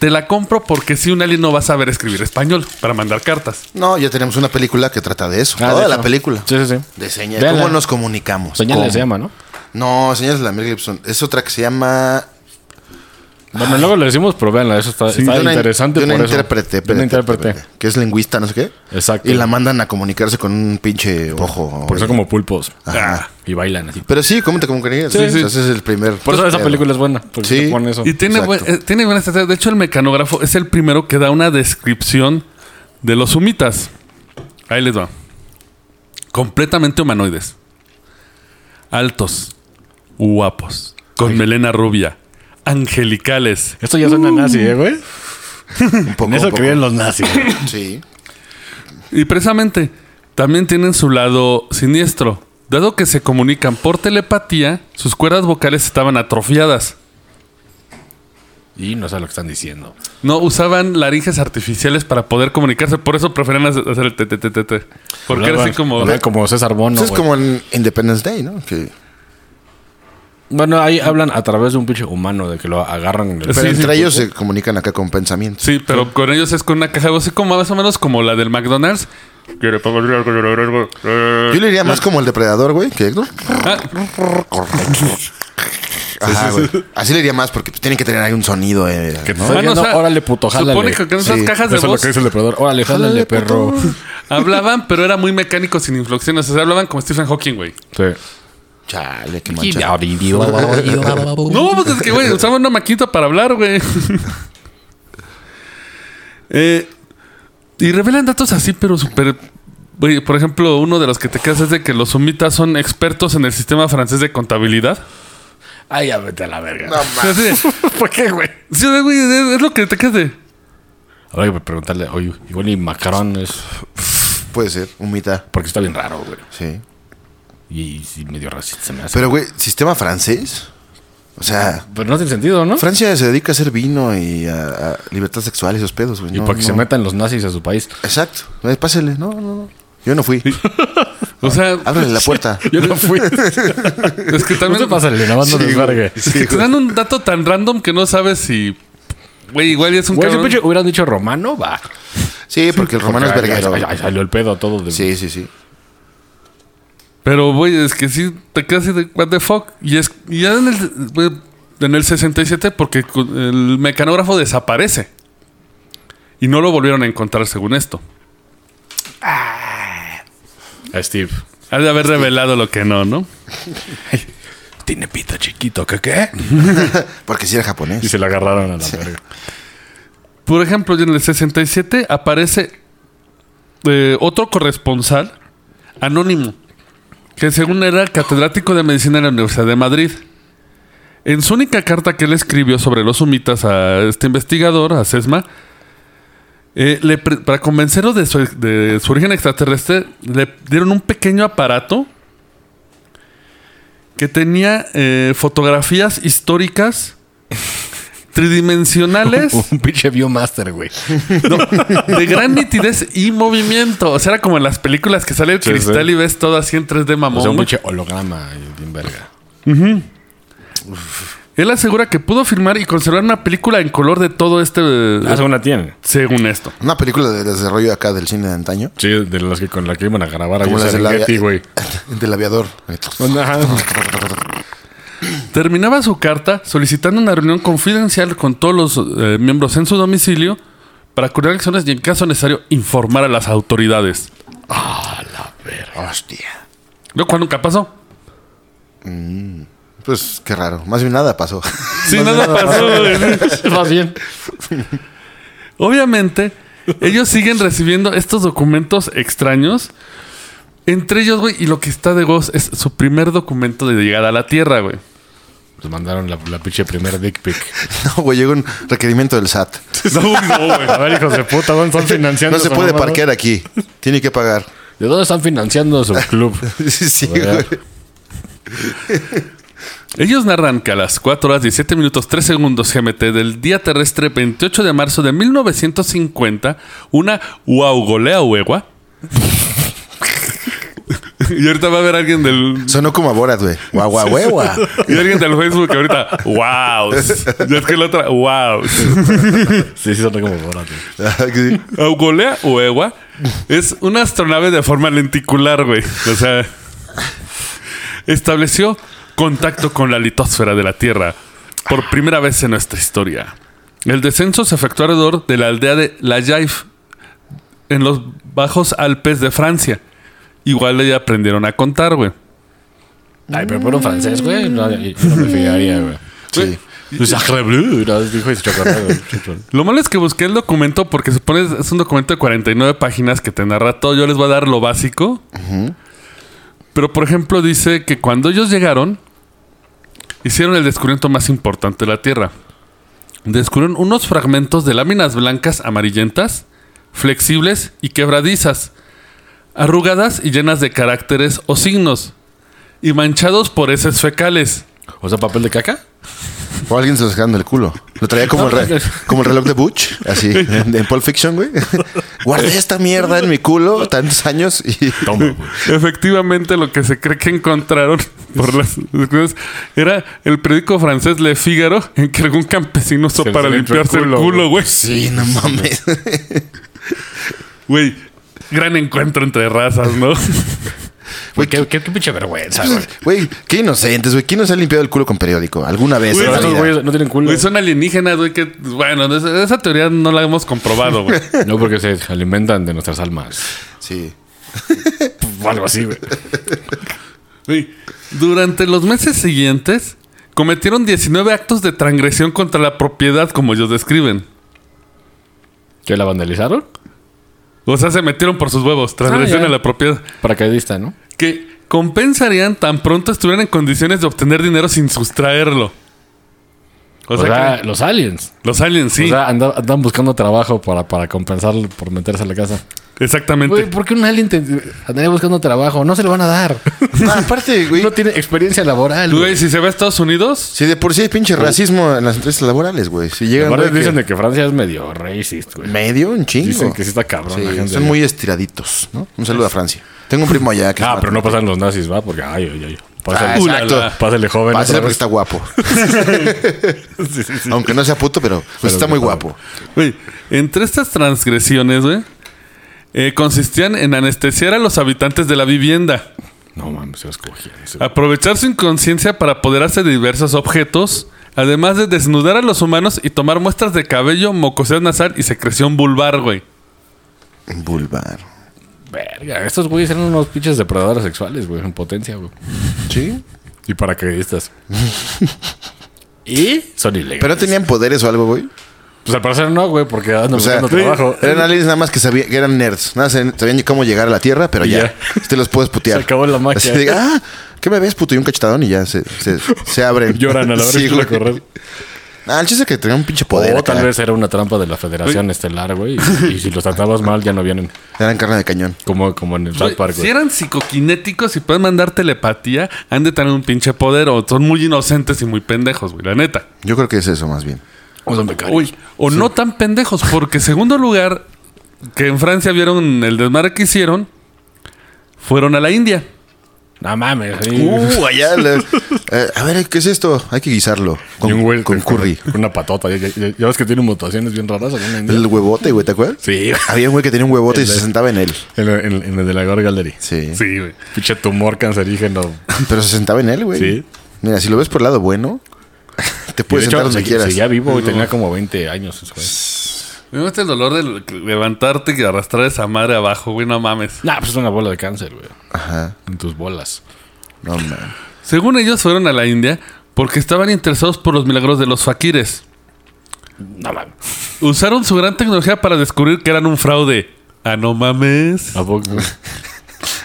Speaker 2: Te la compro porque si un alien no va a saber escribir español para mandar cartas.
Speaker 3: No, ya tenemos una película que trata de eso.
Speaker 4: Ah,
Speaker 3: Toda
Speaker 4: de
Speaker 3: la
Speaker 4: hecho.
Speaker 3: película.
Speaker 4: Sí, sí, sí.
Speaker 3: De señas.
Speaker 4: Véanla.
Speaker 3: ¿Cómo nos comunicamos?
Speaker 4: Señales
Speaker 3: ¿Cómo?
Speaker 4: se llama, ¿no?
Speaker 3: No, señales de la Mel Gibson. Es otra que se llama.
Speaker 4: Bueno, luego le decimos, pero véanla, eso está,
Speaker 3: Sí,
Speaker 4: está
Speaker 3: de una-
Speaker 4: interesante
Speaker 3: de una
Speaker 4: por eso.
Speaker 3: intérprete.
Speaker 4: De una intérprete.
Speaker 3: Que es lingüista, no sé qué.
Speaker 4: Exacto.
Speaker 3: Y la mandan a comunicarse con un pinche ojo.
Speaker 4: Porque son como pulpos.
Speaker 3: Ajá.
Speaker 4: Y bailan así.
Speaker 3: Pero sí, ¿cómo te comunicas?
Speaker 4: Sí, sí.
Speaker 3: Entonces es el primer.
Speaker 4: Por eso esa
Speaker 3: pedo.
Speaker 4: película es buena. Porque
Speaker 3: Sí.
Speaker 4: te pone eso.
Speaker 2: Y tiene,
Speaker 3: Exacto.
Speaker 2: buen- eh, tiene buenas estrategias. De hecho, el mecanógrafo es el primero que da una descripción de los humitas. Ahí les va. Completamente humanoides. Altos. Guapos. Con melena rubia. Angelicales.
Speaker 4: Esto ya suena nazi, ¿eh, güey?
Speaker 3: Un Uh. poco,
Speaker 4: En eso
Speaker 3: un poco.
Speaker 4: creían
Speaker 3: <laughs>
Speaker 4: los nazis. güey.
Speaker 3: Sí.
Speaker 2: Y precisamente, también tienen su lado siniestro. Dado que se comunican por telepatía, sus cuerdas vocales estaban atrofiadas.
Speaker 4: y no sé lo que están diciendo.
Speaker 2: No usaban laringes artificiales para poder comunicarse, por eso preferían hacer hacer el te, te, te, te, te. Porque era
Speaker 4: Hablaban-
Speaker 2: así como.
Speaker 4: hablaban como César Bono.
Speaker 3: Pues es
Speaker 4: güey.
Speaker 3: como en Independence Day, ¿no? Que-
Speaker 4: Bueno, ahí hablan a través de un pinche humano, de que lo agarran en
Speaker 2: Sí,
Speaker 4: el
Speaker 3: pero
Speaker 2: sí,
Speaker 3: entre
Speaker 2: sí.
Speaker 3: ellos se comunican acá con pensamientos.
Speaker 2: Sí, pero con ellos es con una caja de voz, así como más o menos como la del McDonald's.
Speaker 3: Yo le diría más como el depredador, güey. Que...
Speaker 2: Ah,
Speaker 3: Ajá, güey. Así le diría más porque pues, tienen que tener ahí un sonido. eh, ¿no?
Speaker 4: Estoy
Speaker 2: bueno,
Speaker 4: viendo, órale, puto, jálale.
Speaker 2: Supone que con esas
Speaker 3: Sí,
Speaker 2: cajas
Speaker 4: Eso
Speaker 2: de
Speaker 4: es lo
Speaker 2: voz
Speaker 4: que dice el depredador. Órale, jálale,
Speaker 3: Jálale,
Speaker 4: perro.
Speaker 3: puto.
Speaker 2: hablaban, pero era muy mecánico sin inflexiones. O sea, hablaban como Stephen Hawking, güey.
Speaker 4: Sí.
Speaker 3: Chale, qué
Speaker 4: Y
Speaker 3: mancha.
Speaker 2: <laughs>
Speaker 3: <laughs>
Speaker 5: Uh.
Speaker 2: No, pues es que, güey, usaba una maquinita para hablar, güey. <laughs> Eh, y revelan datos así, pero súper... Güey, por ejemplo, uno de los que te quedas es de que los sumitas son expertos en el sistema francés de contabilidad.
Speaker 4: Ay, ya vete a la verga. <laughs>
Speaker 2: Así de-
Speaker 4: ¿Por qué, güey?
Speaker 2: sí, güey, es, es lo que te quedas de...
Speaker 4: Ahora hay que preguntarle, oye, igual y Macarón es.
Speaker 3: Puede ser, un mitad.
Speaker 4: Porque está bien raro, güey.
Speaker 3: Sí.
Speaker 4: Y, y medio racista se me hace.
Speaker 3: Pero, güey, sistema francés. O sea,
Speaker 4: Pero no tiene sentido, ¿no?
Speaker 3: Francia se dedica a hacer vino y a, a libertad sexual y esos pedos, güey.
Speaker 4: y
Speaker 3: No,
Speaker 4: para que se
Speaker 3: no.
Speaker 4: metan los nazis a su país. <laughs>
Speaker 3: Exacto. Eh, Pásele. No, no, no. Yo no fui.
Speaker 2: O sea,
Speaker 3: Ábrele la puerta.
Speaker 4: Yo
Speaker 3: <laughs>
Speaker 4: no fui.
Speaker 2: es que
Speaker 4: no
Speaker 2: también...
Speaker 4: te pásale, nada más no
Speaker 3: Sí,
Speaker 4: les
Speaker 3: güey.
Speaker 4: vergue.
Speaker 2: Es que te dan un dato tan random que no sabes si... Güey, igual y es un
Speaker 4: Güey,
Speaker 2: cabrón.
Speaker 4: siempre hubieran dicho romano, va.
Speaker 3: Sí, porque el romano
Speaker 4: Porque
Speaker 3: es
Speaker 4: ahí-
Speaker 3: verguero.
Speaker 4: ahí- ahí salió el pedo todo. De...
Speaker 3: Sí, sí, sí.
Speaker 2: Pero, güey, es que sí, te quedas así de, what the fuck. Y, es, y ya en el, güey, en el 67, porque cu- el mecanógrafo desaparece. Y no lo volvieron a encontrar, según esto.
Speaker 4: A Steve.
Speaker 2: Ha de haber revelado lo que no, ¿no?
Speaker 4: Tiene pito chiquito,
Speaker 3: <laughs>
Speaker 4: ¿qué qué?
Speaker 3: Porque si era
Speaker 4: Y
Speaker 3: japonés.
Speaker 4: se lo agarraron a la
Speaker 3: <laughs>
Speaker 4: verga.
Speaker 2: Por ejemplo, ya en el 67 aparece eh, otro corresponsal anónimo, que según era catedrático de medicina en la Universidad de Madrid. En su única carta que él escribió sobre los sumitas a este investigador, a Sesma, eh, le pre- para convencerlo de su, de su origen extraterrestre, le dieron un pequeño aparato que tenía eh, fotografías históricas
Speaker 4: <laughs>
Speaker 2: tridimensionales
Speaker 4: Un pinche Viewmaster, güey.
Speaker 2: de gran nitidez y movimiento. O sea, era como en las películas que sale el
Speaker 4: Sí,
Speaker 2: cristal
Speaker 4: sí. Pues
Speaker 2: y ves todo así en 3D
Speaker 4: O
Speaker 2: mamón.
Speaker 4: sea, un
Speaker 2: güey.
Speaker 4: pinche holograma y bien verga.
Speaker 2: Él asegura que pudo filmar y conservar una película en color de todo este...
Speaker 4: segunda tiene.
Speaker 2: según esto.
Speaker 3: Una película de desarrollo acá del cine de antaño.
Speaker 4: Sí, de las que con la que iban a grabar a
Speaker 3: Como las <laughs> del,
Speaker 4: Serengeti,
Speaker 3: avia-
Speaker 4: güey.
Speaker 3: del aviador.
Speaker 4: Ajá.
Speaker 2: Terminaba su carta solicitando una reunión confidencial con todos los eh, miembros en su domicilio para curar acciones y en caso necesario informar a las autoridades.
Speaker 3: Hostia.
Speaker 2: Lo cual nunca pasó.
Speaker 3: Pues qué raro. Más bien nada pasó. <laughs>
Speaker 2: Sí, nada pasó. güey.
Speaker 5: <laughs> Más bien.
Speaker 2: Obviamente, ellos siguen recibiendo estos documentos extraños. Entre ellos, güey, y lo que está de Ghost es su primer documento de llegada a la Tierra, güey.
Speaker 4: Nos Pues mandaron la, la pinche primera dick
Speaker 5: <laughs>
Speaker 4: pic.
Speaker 3: No, güey, llegó un requerimiento del SAT.
Speaker 5: No, no, güey. A ver, hijos de puta, ¿dónde están financiando?
Speaker 3: No se
Speaker 5: esa
Speaker 3: puede
Speaker 5: mamada?
Speaker 3: parquear aquí. Tiene que pagar. <laughs>
Speaker 4: ¿De dónde están financiando su club?
Speaker 3: Sí, <laughs> sí,
Speaker 4: A
Speaker 3: güey.
Speaker 4: ver.
Speaker 2: Ellos narran que a las 4 horas 17 minutos 3 segundos GMT del día terrestre 28 de marzo de 1950, una Uaugolea Uegua. <laughs> y ahorita va a haber alguien del.
Speaker 3: Sonó como a Borat, güey. Guau, guau, guau, <laughs> guau.
Speaker 2: Y alguien del Facebook ahorita. ¡Wow! Y es que la otra. ¡Wow!
Speaker 4: Sí, sí, son como barato.
Speaker 3: Sí.
Speaker 2: Augolea Uegua es una astronave de forma lenticular, güey. O sea, estableció contacto con la litosfera de la Tierra por primera vez en nuestra historia. El descenso se efectuó alrededor de la aldea de La Jaife, en los bajos Alpes de Francia. Igual ya aprendieron a contar, güey.
Speaker 5: Ay, pero por un francés, güey. No, yo no me fijaría, <laughs> güey.
Speaker 3: Sí.
Speaker 5: Pues, sacre bleu, ¿no? dijo y se chocó, güey.
Speaker 2: Lo malo es que busqué el documento porque supone es un documento de 49 páginas que te narra todo. Yo les voy a dar lo básico. Pero, por ejemplo, dice que cuando ellos llegaron, hicieron el descubrimiento más importante de la Tierra. Descubrieron unos fragmentos de láminas blancas amarillentas, flexibles y quebradizas, arrugadas y llenas de caracteres o signos, y manchados por heces fecales.
Speaker 4: O sea, papel de caca.
Speaker 3: O alguien se lo sacando el culo. Lo traía como, el, re- como el reloj de Butch, así, en, en Pulp Fiction, güey. Guardé esta mierda en mi culo tantos años y... <laughs>
Speaker 4: Toma, güey.
Speaker 2: Efectivamente, lo que se cree que encontraron por las cosas era el periódico francés Le Figaro, en que algún campesino usó
Speaker 4: Se le
Speaker 2: para
Speaker 4: salió entre el
Speaker 2: limpiarse el
Speaker 4: culo,
Speaker 2: culo, güey.
Speaker 3: Sí, no mames.
Speaker 2: Güey, gran encuentro entre razas,
Speaker 4: <laughs>
Speaker 2: ¿no?
Speaker 5: Güey, qué, qué, qué pinche vergüenza, güey.
Speaker 3: pues, Güey, qué inocentes, güey. ¿Quién nos ha limpiado el culo con periódico? ¿Alguna vez?
Speaker 2: Güey,
Speaker 3: en la
Speaker 5: Estos
Speaker 3: vida?
Speaker 5: güeyes no tienen culo.
Speaker 2: Güey, son alienígenas, güey, que, bueno, de esa, de esa teoría no la hemos comprobado,
Speaker 4: <laughs>
Speaker 2: güey.
Speaker 4: No, porque se alimentan de nuestras almas.
Speaker 3: Sí.
Speaker 5: O algo así, güey.
Speaker 2: Güey, Durante los meses siguientes, cometieron 19 actos de transgresión contra la propiedad, como ellos describen.
Speaker 4: ¿Que la vandalizaron?
Speaker 2: O sea, se metieron por sus huevos, transgresión
Speaker 4: ya.
Speaker 2: a la propiedad.
Speaker 4: Paracaidista, ¿no?
Speaker 2: que compensarían tan pronto estuvieran en condiciones de obtener dinero sin sustraerlo. O,
Speaker 4: O,
Speaker 2: sea,
Speaker 4: sea,
Speaker 2: que
Speaker 4: los aliens.
Speaker 2: los aliens, sí.
Speaker 4: O sea, andan, andan buscando trabajo para, para compensar por meterse a la casa.
Speaker 2: exactamente.
Speaker 4: pues,
Speaker 5: Güey, ¿por qué un alien te- andaría buscando trabajo? No se lo van a dar.
Speaker 3: Ah, aparte, güey.
Speaker 5: No tiene experiencia laboral,
Speaker 2: Güey,
Speaker 5: güey.
Speaker 2: si se va a Estados Unidos,
Speaker 3: Si de por sí hay pinche racismo en las entrevistas laborales, güey. Si llegan...
Speaker 4: Aparte
Speaker 3: güey, que-
Speaker 4: dicen de que Francia es medio racist, güey.
Speaker 3: Medio, un chingo.
Speaker 4: Dicen que sí está cabrón
Speaker 3: Sí,
Speaker 4: la gente
Speaker 3: son
Speaker 4: allá.
Speaker 3: muy estiraditos, ¿no? Un saludo a Francia. Tengo un primo allá que...
Speaker 4: Ah, pero no pasan los nazis, ¿va? Porque, ay, ay, ay.
Speaker 3: Ah,
Speaker 4: Pásale,
Speaker 3: exacto.
Speaker 2: Ulala.
Speaker 4: pásale joven.
Speaker 3: Pásale
Speaker 4: otra
Speaker 3: porque
Speaker 4: vez.
Speaker 3: está
Speaker 4: <laughs>
Speaker 3: guapo. Aunque no sea puto, pero, pues, está muy guapo.
Speaker 2: güey, entre estas transgresiones, güey, eh, consistían en anestesiar a los habitantes de la vivienda,
Speaker 4: No mames, se los cogían. Se-
Speaker 3: Ah.
Speaker 2: aprovechar su inconsciencia para apoderarse de diversos objetos, además de desnudar a los humanos y tomar muestras de cabello, mucosidad nasal y secreción vulvar, güey.
Speaker 3: Vulvar.
Speaker 4: Verga, estos güeyes eran unos pinches depredadores sexuales, güey, en potencia, güey.
Speaker 3: Sí. <laughs>
Speaker 4: Y paracaidistas. y son ilegales.
Speaker 3: Pero tenían poderes o algo, güey.
Speaker 4: Pues al parecer no, güey, porque andan
Speaker 3: O sea,
Speaker 4: buscando trabajo.
Speaker 3: eran aliens nada más que sabía, que eran nerds. Nada, se- sabían cómo llegar a la Tierra, pero
Speaker 4: Y
Speaker 3: ya.
Speaker 4: ya.
Speaker 3: Te los puedes putear.
Speaker 4: Se acabó la magia.
Speaker 3: Así de, ah, ¿qué me ves, puto? Y un cachetadón y ya se, se, se abren.
Speaker 4: <laughs> Lloran a la hora
Speaker 3: Sí,
Speaker 4: que
Speaker 3: güey.
Speaker 4: la correr.
Speaker 3: Ah, el chiste es que tenían un pinche poder.
Speaker 4: o Oh, tal
Speaker 3: acá.
Speaker 4: vez era una trampa de la Federación Estelar, güey. Y, y si los tratabas mal, ya no vienen.
Speaker 3: Eran carne de cañón.
Speaker 4: Como, como en el
Speaker 2: Güey,
Speaker 4: South Park,
Speaker 2: si
Speaker 4: güey.
Speaker 2: eran psicoquinéticos y pueden mandar telepatía, han de tener un pinche poder o son muy inocentes y muy pendejos, güey, la neta.
Speaker 3: Yo creo que es eso más bien.
Speaker 4: O son becarios.
Speaker 2: Uy, o no tan pendejos, porque segundo lugar, que en Francia vieron el desmadre que hicieron, fueron a la India.
Speaker 4: No mames. sí. <laughs>
Speaker 3: Uh, allá. la- eh, a ver, ¿qué es esto? Hay que guisarlo.
Speaker 4: Y un
Speaker 3: Con,
Speaker 4: güey este,
Speaker 3: con curry.
Speaker 4: con Una patota. Ya, ya- ya- ya ves que tiene mutaciones bien raras. acá en la India.
Speaker 3: El huevote, güey, ¿te acuerdas?
Speaker 4: Sí.
Speaker 3: Había un güey que tenía un huevote y se sentaba en él.
Speaker 4: En, en- en el de la Gore Gallery.
Speaker 3: Sí.
Speaker 2: Sí, güey.
Speaker 4: Pinche tumor cancerígeno.
Speaker 3: Pero se sentaba en él, güey.
Speaker 4: Sí.
Speaker 3: Mira, si lo ves por el lado bueno, <laughs> te puedes
Speaker 4: de hecho,
Speaker 3: sentar donde
Speaker 4: seguía-
Speaker 3: quieras.
Speaker 4: Seguía vivo y tenía como 20 años. ese güey.
Speaker 2: Me gusta el dolor de levantarte y arrastrar esa madre abajo, güey, no mames.
Speaker 4: Nah, pues es una bola de cáncer, güey.
Speaker 3: Ajá.
Speaker 4: En tus bolas.
Speaker 3: No, man.
Speaker 2: Según ellos fueron a la India porque estaban interesados por los milagros de los faquires.
Speaker 4: No mames.
Speaker 2: Usaron su gran tecnología para descubrir que eran un fraude. Ah, no mames.
Speaker 4: ¿A poco?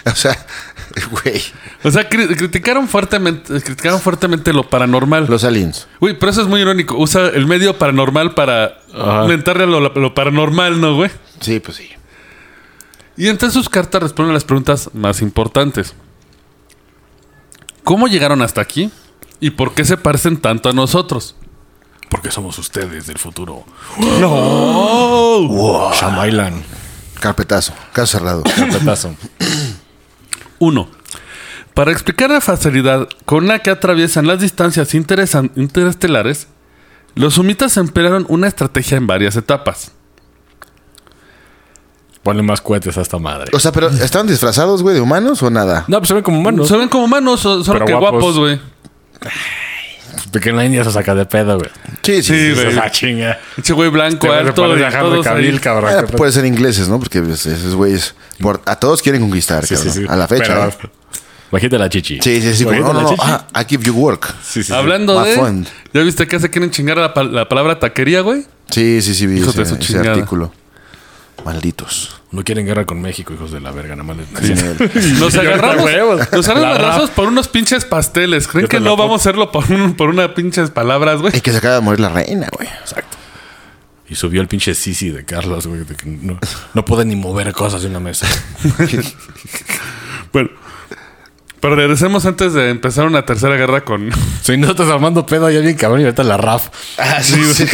Speaker 3: O sea, <laughs> güey,
Speaker 2: O sea, cri- criticaron fuertemente, criticaron fuertemente lo paranormal.
Speaker 3: los aliens.
Speaker 2: Uy, pero eso es muy irónico. Usa el medio paranormal para aumentarle a lo, lo paranormal, ¿no, güey?
Speaker 3: Sí, pues sí.
Speaker 2: Y entre sus cartas responden las preguntas más importantes. ¿Cómo llegaron hasta aquí? ¿Y por qué se parecen tanto a nosotros?
Speaker 4: Porque somos ustedes del futuro.
Speaker 2: ¡No!
Speaker 4: <laughs> Shamailan.
Speaker 3: Carpetazo, caso cerrado.
Speaker 4: Carpetazo.
Speaker 2: 1. Para explicar la facilidad con la que atraviesan las distancias interesan- interestelares, los sumitas emplearon una estrategia en varias etapas.
Speaker 4: Ponle más cohetes a esta madre.
Speaker 3: O sea, pero ¿estaban disfrazados, güey, de humanos o nada?
Speaker 4: No, pues se ven como humanos.
Speaker 2: Se ven como humanos, so- solo
Speaker 4: Pero
Speaker 2: que guapos,
Speaker 4: guapos.
Speaker 2: güey.
Speaker 4: Porque en la India se saca de pedo, güey.
Speaker 3: Sí, sí.
Speaker 2: Sí,
Speaker 3: sí,
Speaker 2: güey.
Speaker 4: O sea, chinga.
Speaker 2: Ese güey blanco,
Speaker 4: Te vas a
Speaker 2: alto,
Speaker 4: poner
Speaker 2: y
Speaker 4: a dejar de
Speaker 2: todos ahí.
Speaker 4: cabril, cabrón.
Speaker 3: Ah, puede ser ingleses, ¿no? Porque pues, esos güeyes por- a todos quieren conquistar,
Speaker 4: Sí, sí,
Speaker 3: cabrón.
Speaker 4: sí.
Speaker 3: A la fecha. ¿eh?
Speaker 4: Pero- Bajita la chichi.
Speaker 3: Sí, sí, sí. como,
Speaker 4: Bajita
Speaker 3: no, no,
Speaker 4: la
Speaker 3: no.
Speaker 4: chichi.
Speaker 3: Ah, I give you work.
Speaker 4: Sí, sí, sí.
Speaker 2: Hablando
Speaker 3: My
Speaker 2: de...
Speaker 3: friend.
Speaker 2: ¿Ya viste que se quieren chingar a la, pal- la palabra taquería, güey?
Speaker 3: Sí, sí, sí, vi
Speaker 2: Hijos
Speaker 3: ese,
Speaker 2: de su
Speaker 3: ese
Speaker 2: chingada.
Speaker 3: artículo. Malditos.
Speaker 4: No quieren guerra con México, hijos de la verga, nada más.
Speaker 2: <laughs>
Speaker 4: les- <laughs>
Speaker 2: Nos agarramos,
Speaker 4: huevos.
Speaker 2: nos agarramos
Speaker 4: La
Speaker 2: abrazos por unos pinches pasteles. ¿Creen
Speaker 4: Yo te
Speaker 2: que
Speaker 4: la
Speaker 2: no vamos a hacerlo por, un- por unas pinches palabras, güey?
Speaker 3: Y que se acaba de morir la reina, güey.
Speaker 4: Exacto. Y subió el pinche Sisi de Carlos, güey. de que No, no puede ni mover cosas de una mesa.
Speaker 2: Bueno, pero regresemos antes de empezar una tercera guerra con...
Speaker 4: Si no estás armando pedo, ya bien cabrón. Y ahorita la RAF.
Speaker 3: Ah, sí, sí.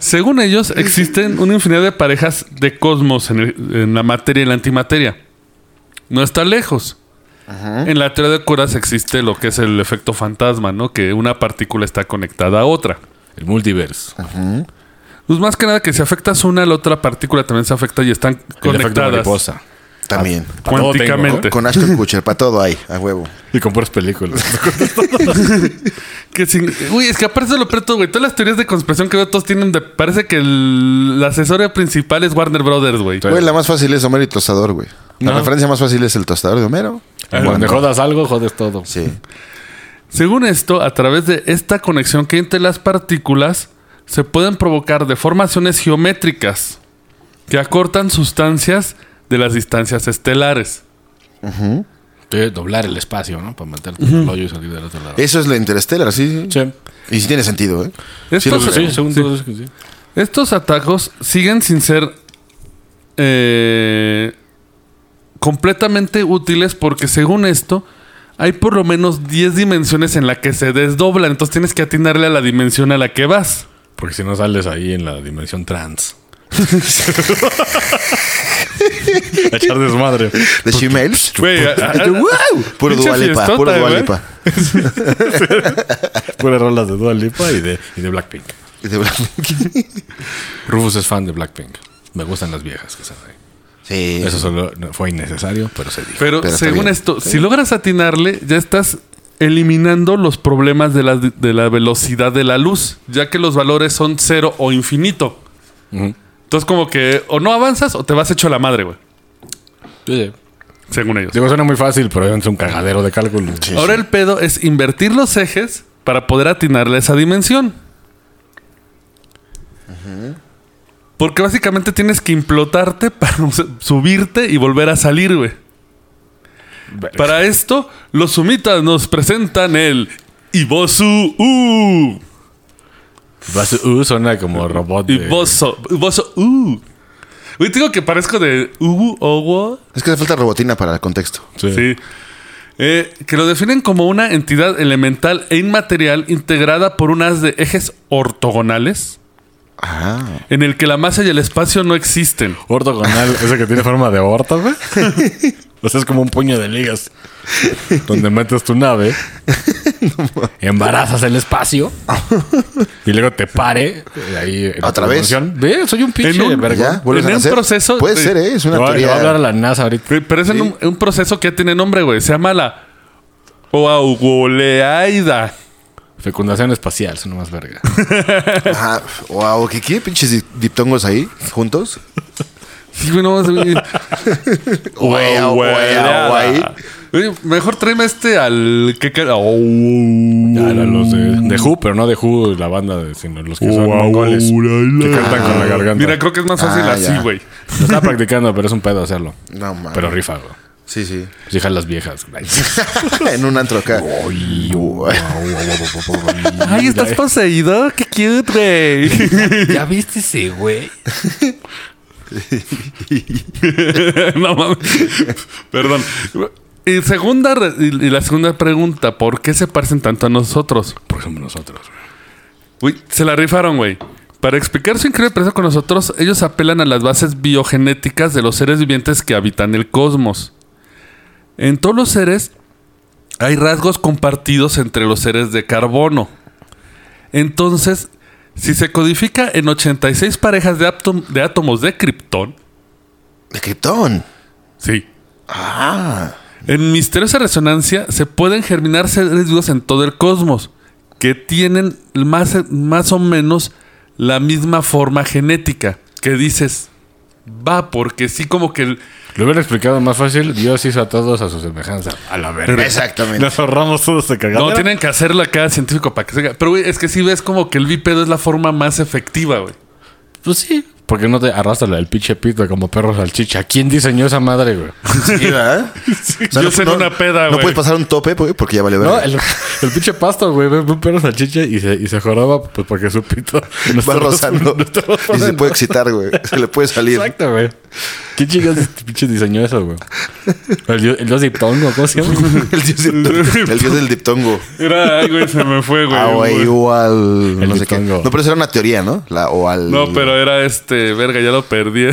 Speaker 2: Según ellos, existen una infinidad de parejas de cosmos en, el- en la materia y la antimateria. No está lejos. En la teoría de curas existe lo que es el efecto fantasma, ¿no? Que una partícula está conectada a otra.
Speaker 4: El multiverso.
Speaker 2: Pues más que nada que si afectas una, la otra partícula también se afecta y están
Speaker 4: El efecto
Speaker 2: conectadas
Speaker 4: mariposa.
Speaker 3: También.
Speaker 4: Pa' todo tengo, ¿no?
Speaker 2: cuánticamente. <laughs>
Speaker 3: Con Ashton Kutcher, para todo hay, a huevo.
Speaker 4: Y con puras películas.
Speaker 2: Que sin- Uy, es que aparte de lo preto, güey. Todas las teorías de conspiración que veo, todos tienen de... Parece que el... la asesoria principal es Warner Brothers, güey.
Speaker 3: Güey, la más fácil es Homero y Tostador, güey. La referencia más fácil es el tostador de Homero.
Speaker 2: Ah,
Speaker 4: Cuando jodas algo, jodes todo.
Speaker 3: Sí.
Speaker 2: Según esto, a través de esta conexión que hay entre las partículas, se pueden provocar deformaciones geométricas que acortan sustancias de las distancias estelares.
Speaker 4: Te- doblar el espacio, ¿no? Para meterte en el hoyo y salir del otro lado.
Speaker 3: Eso es lo interestelar, sí. sí.
Speaker 4: Sí.
Speaker 3: Y sí tiene sentido, ¿eh? Sí, lo
Speaker 2: Estos,
Speaker 3: creo.
Speaker 4: Sí, según
Speaker 2: sí.
Speaker 4: todo eso que sí.
Speaker 2: Estos atajos siguen sin ser eh, completamente útiles porque según esto, hay por lo menos 10 dimensiones en las que se desdoblan. Entonces tienes que atinarle a la dimensión a la que vas.
Speaker 4: Porque si no sales ahí en la dimensión trans. A echar desmadre.
Speaker 3: De Shemales.
Speaker 2: Güey, a- a- <laughs>
Speaker 3: ¡Wow! Puro
Speaker 2: Pinche
Speaker 3: Dualipa,
Speaker 2: fiestota,
Speaker 3: puro
Speaker 2: güey.
Speaker 3: Dualipa.
Speaker 4: Puras rolas de Dua Lipa y de, y de Blackpink. Rufus es fan de Blackpink. Me gustan las viejas que salen ahí.
Speaker 3: Sí.
Speaker 4: Eso solo no- fue innecesario, pero se dijo.
Speaker 2: Pero,
Speaker 3: Pero está
Speaker 2: según
Speaker 3: bien.
Speaker 2: esto, si logras atinarle, ya estás eliminando los problemas de la, de la velocidad de la luz, ya que los valores son cero o infinito. Entonces, como que o no avanzas o te vas hecho a la madre, güey.
Speaker 4: Sí, sí.
Speaker 2: Según ellos.
Speaker 4: Digo, suena muy fácil, pero es un cagadero de cálculo.
Speaker 3: Sí,
Speaker 2: Ahora
Speaker 3: sí.
Speaker 2: el pedo es invertir los ejes para poder atinarle a esa dimensión. Porque básicamente tienes que implotarte <laughs> para subirte y volver a salir, güey. Para esto, los sumitas nos presentan el Ibosu U.
Speaker 4: Vas- uh, suena como robot. de-
Speaker 2: Iboso. Iboso U. Güey, te digo que parezco de Ubu Owo.
Speaker 3: Es que hace falta robotina para el contexto.
Speaker 4: Sí.
Speaker 2: Sí. Eh, que lo definen como una entidad elemental e inmaterial integrada por unas de ejes ortogonales
Speaker 3: Ah.
Speaker 2: en el que la masa y el espacio no existen.
Speaker 4: Ortogonal, ese que tiene forma de orto, güey. O sea, es como un puño de ligas. Donde metes tu nave, embarazas el espacio y luego te pare. eh, Ahí en
Speaker 3: ¿Otra vez?
Speaker 4: dimensión. Ve, soy un pinche
Speaker 2: En un-
Speaker 4: vergón.
Speaker 3: ¿Ya? ¿Vuelves
Speaker 2: En
Speaker 3: a
Speaker 2: un
Speaker 3: nacer?
Speaker 2: proceso
Speaker 3: Puede
Speaker 2: de-
Speaker 3: ser, ¿eh? Es una
Speaker 4: Le va- le va
Speaker 3: teoría.
Speaker 4: a hablar a la NASA ahorita.
Speaker 2: Güey, Pero es en un, un proceso que ya tiene nombre, güey. Se llama la O augoleaida.
Speaker 4: Fecundación espacial, es nomás verga.
Speaker 3: Ajá. Wow, ¿qué, qué pinches di- diptongos ahí juntos?
Speaker 2: Sí, güey, no más. güey.
Speaker 3: Güey,
Speaker 2: Oh,
Speaker 3: ah, güey, ah, güey.
Speaker 2: Augoleada. Oye, Mejor tráeme este al que oh. queda. Au-
Speaker 4: Ya eran los de, de Who, pero no de Who, la banda, de, sino los que son mongoles. Que cantan con la garganta.
Speaker 2: Mira, creo que es más fácil
Speaker 3: Ah,
Speaker 2: así,
Speaker 3: ya.
Speaker 2: güey.
Speaker 4: Lo estaba practicando, pero es un pedo hacerlo.
Speaker 3: No mames.
Speaker 4: Pero rifa, güey.
Speaker 3: Sí, sí. <laughs>
Speaker 4: Pues hijas las viejas.
Speaker 3: en un antro acá.
Speaker 2: Ay, estás poseído. Qué cute, güey.
Speaker 5: ¿Ya viste ese güey?
Speaker 2: <laughs> no mames. Perdón. Y, segunda, re- y y la segunda pregunta: ¿por qué se parecen tanto a nosotros?
Speaker 4: Por ejemplo, nosotros. güey.
Speaker 2: Uy, se la rifaron, güey. Para explicar su increíble presencia con nosotros, ellos apelan a las bases biogenéticas de los seres vivientes que habitan el cosmos. En todos los seres hay rasgos compartidos entre los seres de carbono. Entonces, si se codifica en 86 parejas de, átom- de átomos de kriptón,
Speaker 3: De Krypton.
Speaker 2: sí.
Speaker 3: Ah.
Speaker 2: En misteriosa resonancia se pueden germinar seres vivos en todo el cosmos que tienen más, más o menos la misma forma genética. Que dices, va, porque sí como que... el-
Speaker 4: Lo hubiera explicado más fácil. Dios hizo a todos a su semejanza. A la verga.
Speaker 3: Exactamente.
Speaker 4: Nos ahorramos todos de cagadera.
Speaker 2: No, tienen que hacerlo acá científico para que se haga. Pero güey, es que sí ves como que el bípedo es la forma más efectiva, güey.
Speaker 4: Pues sí. Porque no te arrastras el pinche pito como perro salchicha. ¿Quién diseñó esa madre, güey?
Speaker 3: Sí, ¿verdad? O
Speaker 2: Yo sé en una peda,
Speaker 3: No
Speaker 2: güey.
Speaker 3: puedes pasar un tope güey, porque ya vale ver.
Speaker 4: No, el, el pinche pasto, güey. Ve un perro salchicha y se, y se joraba pues porque su pito no
Speaker 3: <laughs> Va
Speaker 4: estaba-
Speaker 3: rozando.
Speaker 4: <laughs> no estaba
Speaker 3: Y se puede excitar, güey. <laughs> Se le puede salir.
Speaker 4: Exacto, güey. ¿Qué chingas este pinche diseñó eso, güey? El, dios- el dios diptongo, ¿cómo
Speaker 3: <laughs>
Speaker 4: se llama?
Speaker 3: El dios, del- el dios del diptongo.
Speaker 2: Era, ay, güey, se me fue, güey.
Speaker 3: Ah, güey, igual.
Speaker 4: El
Speaker 3: No sé qué.
Speaker 4: diptongo.
Speaker 3: No, pero eso era una teoría, ¿no? La, o al.
Speaker 2: No, pero era este, verga, ya lo perdí. <laughs>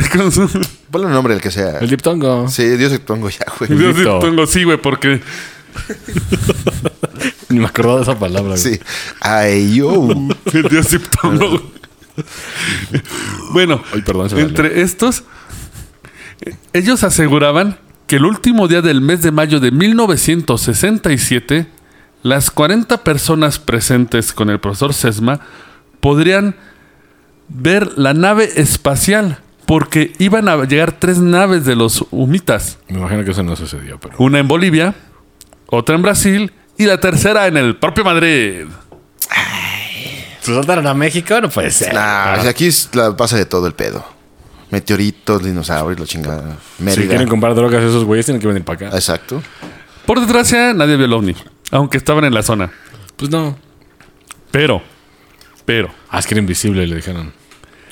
Speaker 3: Ponle un nombre, el que sea.
Speaker 4: El diptongo.
Speaker 3: Sí, dios diptongo ya, güey.
Speaker 2: Dios, tengo sí, güey, porque...
Speaker 4: Ni me acordaba de esa palabra, güey.
Speaker 3: Sí. Ay, yo.
Speaker 2: El dios diptongo, güey. Bueno,
Speaker 4: Ay, perdón, se me
Speaker 2: entre estos, eh, ellos aseguraban que el último día del mes de mayo de 1967, las 40 personas presentes con el profesor Sesma podrían ver la nave espacial, porque iban a llegar tres naves de los humitas,
Speaker 4: Me imagino que eso no sucedió, pero.
Speaker 2: una en Bolivia, otra en Brasil y la tercera en el propio Madrid.
Speaker 5: ¿Se saltaron a México? No puede ser.
Speaker 3: Nah, o sea, aquí es la pasa de todo el pedo. Meteoritos, dinosaurios, la chingada.
Speaker 4: Si
Speaker 3: Mérida.
Speaker 4: quieren comprar drogas, esos güeyes tienen que venir para acá.
Speaker 3: Exacto.
Speaker 2: Por desgracia, nadie vio el ovni, aunque estaban en la zona.
Speaker 4: Pues no.
Speaker 2: Pero, pero,
Speaker 4: Ah, es que era invisible, le dijeron.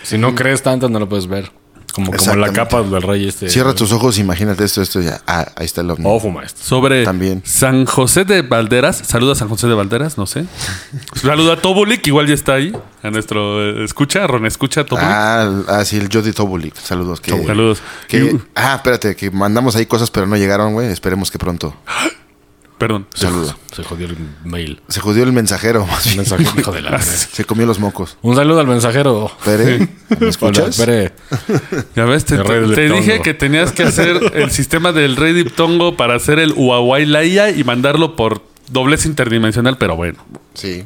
Speaker 4: Si no crees tanto, no lo puedes ver. Como, como la
Speaker 3: Mm. Exactamente.
Speaker 4: capa del rey este.
Speaker 3: Cierra tus ojos, imagínate esto, esto ya. Ah, ahí está el ovni.
Speaker 4: O fuma esto.
Speaker 2: sobre
Speaker 3: También.
Speaker 2: San José de Valderas, saluda a San José de Valderas, no sé. Saluda a Tobulik, igual ya está ahí, a nuestro eh, escucha, Ron escucha a Tobulik.
Speaker 3: Ah, el- ah, sí, el Jody Tobulik. Saludos. Que,
Speaker 2: Saludos.
Speaker 3: que-
Speaker 2: Y-
Speaker 3: ah, espérate, que mandamos ahí cosas, pero no llegaron, güey. Esperemos que pronto.
Speaker 2: Perdón.
Speaker 3: Saludos.
Speaker 4: Se jodió el
Speaker 3: <laughs>
Speaker 4: mail.
Speaker 3: Se jodió el mensajero, <laughs> más bien.
Speaker 4: Mensajero, hijo de
Speaker 3: <laughs>
Speaker 4: la verga.
Speaker 3: Se comió los mocos.
Speaker 4: Un saludo al mensajero.
Speaker 3: Pere, ¿me escuchas?
Speaker 4: Hola, Pere.
Speaker 2: Ya ves, te,
Speaker 4: El rey
Speaker 2: te-
Speaker 4: del
Speaker 2: te
Speaker 4: diptongo.
Speaker 2: dije que tenías que hacer el sistema del rey diptongo para hacer el Huawei Laia y mandarlo por doblez interdimensional, pero bueno.
Speaker 3: Sí.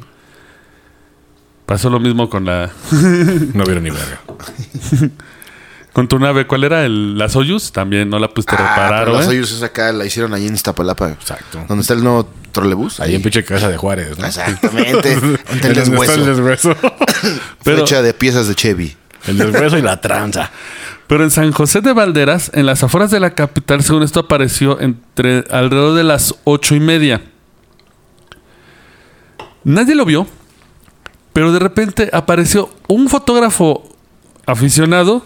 Speaker 2: Pasó lo mismo con la
Speaker 4: No vieron ni verga.
Speaker 2: con tu nave, ¿cuál era? El, la Soyuz, también no la pudiste
Speaker 3: Ah,
Speaker 2: reparar,
Speaker 3: pero la
Speaker 2: ¿eh?
Speaker 3: Soyuz es acá, la hicieron ahí en Iztapalapa.
Speaker 4: Exacto.
Speaker 3: ¿Dónde está el nuevo trolebús?
Speaker 4: Ahí en pinche casa de Juárez, ¿no? <laughs>
Speaker 3: Exactamente.
Speaker 4: En
Speaker 3: Donde Ah, el
Speaker 4: donde está El
Speaker 3: deshueso.
Speaker 4: deshueso.
Speaker 3: <laughs>
Speaker 2: Pero-
Speaker 3: Fecha de piezas de Chevy.
Speaker 4: El deshueso y la tranza.
Speaker 2: Pero en San José de Valderas, en las afueras de la capital, según esto apareció entre alrededor de las ocho y media. Nadie lo vio, pero de repente apareció un fotógrafo aficionado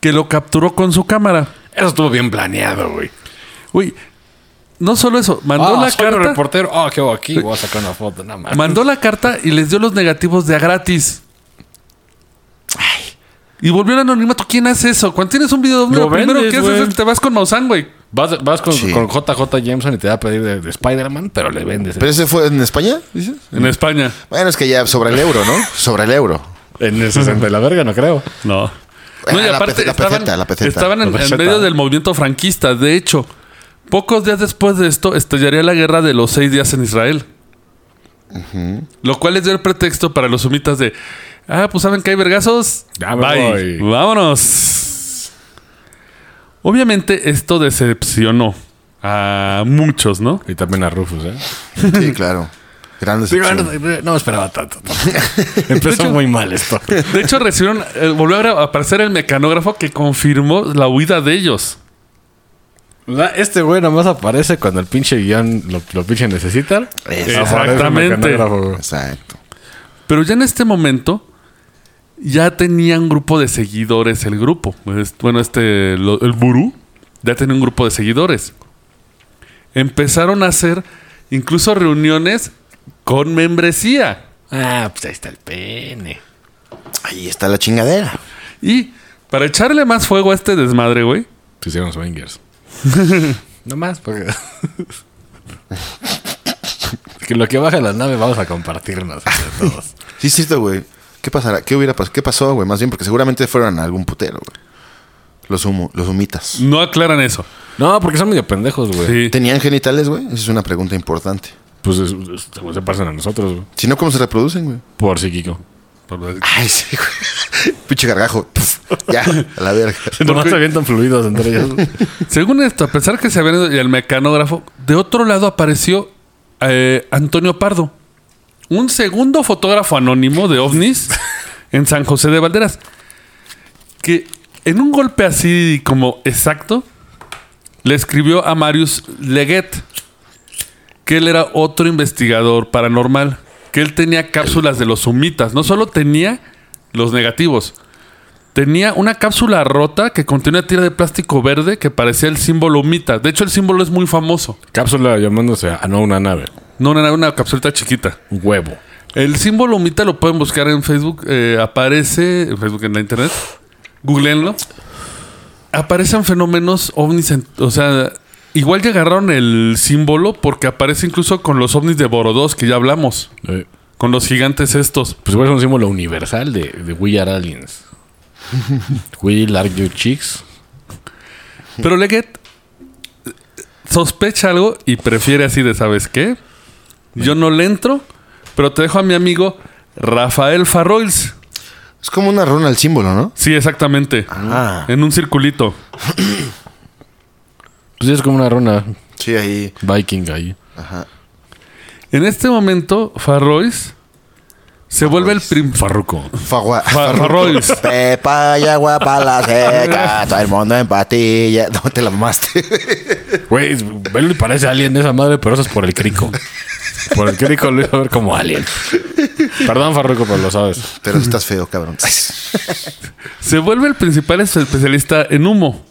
Speaker 2: que lo capturó con su cámara.
Speaker 4: Eso estuvo bien planeado, güey.
Speaker 2: Uy, no solo eso, mandó
Speaker 4: Ah,
Speaker 2: la
Speaker 4: soy el
Speaker 2: carta,
Speaker 4: reportero. Ah, qué hago aquí. Voy a sacar una foto, nada más.
Speaker 2: mandó la carta y les dio los negativos de a gratis. Y volvió el anonimato. ¿Quién hace eso? Cuando tienes un video,
Speaker 4: Lo
Speaker 2: lo primero
Speaker 4: vendes,
Speaker 2: que haces
Speaker 4: güey.
Speaker 2: es te vas con Maussan, güey.
Speaker 4: Vas, vas con,
Speaker 3: Sí.
Speaker 4: con JJ Jameson y te va a pedir de, de Spider-Man, pero le vendes.
Speaker 3: ¿Pero ese fue en España? dices?
Speaker 2: En España.
Speaker 3: Bueno, es que ya sobre el euro, ¿no? Sobre el euro.
Speaker 4: En el 60 de la verga, no creo.
Speaker 2: No.
Speaker 3: Ah,
Speaker 2: y
Speaker 3: la
Speaker 2: aparte
Speaker 3: pece- la
Speaker 2: estaban,
Speaker 3: peseta, la peseta.
Speaker 2: estaban en,
Speaker 4: La
Speaker 2: en
Speaker 4: peseta.
Speaker 2: medio del movimiento franquista. De hecho, Pocos días después de esto, estallaría la guerra de los seis días en Israel. Lo cual les dio el pretexto para los sumitas de. Ah, pues saben que hay vergazos.
Speaker 4: Ya me
Speaker 2: Bye.
Speaker 4: voy.
Speaker 2: Vámonos. Obviamente, esto decepcionó a muchos, ¿no?
Speaker 4: Y también a Rufus, ¿eh?
Speaker 3: <laughs> Sí, claro. Grandes.
Speaker 4: no esperaba tanto. <laughs> Empezó muy mal esto.
Speaker 2: De hecho, recibieron. eh, volvió a aparecer el mecanógrafo que confirmó la huida de ellos.
Speaker 4: Este güey nomás aparece cuando el pinche guión lo, lo pinche necesita.
Speaker 2: Exactamente.
Speaker 3: Exacto.
Speaker 2: Pero ya en este momento, ya tenía un grupo de seguidores el grupo. Es- Bueno, este, lo- el burú, ya tenía un grupo de seguidores. Empezaron a hacer incluso reuniones con membresía.
Speaker 5: Ah, pues ahí está el pene.
Speaker 3: Ahí está la chingadera.
Speaker 2: Y para echarle más fuego a este desmadre, güey,
Speaker 4: Se hicieron swingers. <laughs>
Speaker 5: Nomás, porque.
Speaker 4: Que lo que baja la nave vamos a compartirnos entre todos.
Speaker 3: Sí, es cierto, güey. ¿Qué pasará? ¿Qué hubiera pasado? ¿Qué pasó, güey? Más bien porque seguramente fueron a algún putero, güey. Los humo, los humitas.
Speaker 2: no aclaran eso.
Speaker 4: No, porque son medio pendejos, güey.
Speaker 2: Sí.
Speaker 3: ¿Tenían genitales, güey? Esa es una pregunta importante.
Speaker 4: Pues es- es- se pasan a nosotros, güey.
Speaker 3: Si no, ¿cómo se reproducen, <laughs> güey?
Speaker 4: Por psíquico.
Speaker 3: Ay, sí, <laughs> güey. Pinche <laughs> gargajo. ya, a la verga.
Speaker 4: Nomás se avientan fluidos entre ellos.
Speaker 2: Según esto, a pesar que se habían ido el mecanógrafo, de otro lado apareció eh, Antonio Pardo, un segundo fotógrafo anónimo de ovnis en San José de Valderas, que en un golpe así como exacto le escribió a Marius Leguet que él era otro investigador paranormal, que él tenía cápsulas de los sumitas, no solo tenía los negativos, Tenía una cápsula rota que contenía una tira de plástico verde que parecía el símbolo humita. De hecho, el símbolo es muy famoso.
Speaker 4: Cápsula llamándose a no una nave.
Speaker 2: No, no, era una capsulita chiquita.
Speaker 4: Un huevo.
Speaker 2: El símbolo humita lo pueden buscar en Facebook. eh, aparece en Facebook, en la internet. Googleenlo. Aparecen fenómenos ovnis. en- o sea, igual ya agarraron el símbolo porque aparece incluso con los ovnis de Borodos que ya hablamos.
Speaker 4: Eh,
Speaker 2: Con los gigantes estos.
Speaker 4: Pues igual es un símbolo universal de, de We Are Aliens. We Are Your Chicks.
Speaker 2: Pero Leggett eh, sospecha algo y prefiere así de, ¿sabes qué? Yo no le entro, pero te dejo a mi amigo Rafael Farroils.
Speaker 3: Es como una runa al símbolo, ¿no?
Speaker 2: Sí, exactamente.
Speaker 3: Ah.
Speaker 2: En un circulito.
Speaker 4: Pues es como una runa
Speaker 3: Sí, ahí.
Speaker 4: viking ahí.
Speaker 3: Ajá.
Speaker 2: En este momento, Farroils se vuelve el prim...
Speaker 4: Farruco.
Speaker 3: Fagua.
Speaker 2: Fa- Farroils.
Speaker 3: <laughs> Pepa y agua para la seca. Todo el mundo en patilla. No te la mamaste.
Speaker 4: Güey, es- velo y parece alien esa madre, pero eso es por el crico. Por el crico lo iba a ver como alien. Perdón, Farruco, pero lo sabes.
Speaker 3: <laughs> Pero estás feo, cabrón.
Speaker 2: Se vuelve el principal especialista en humo.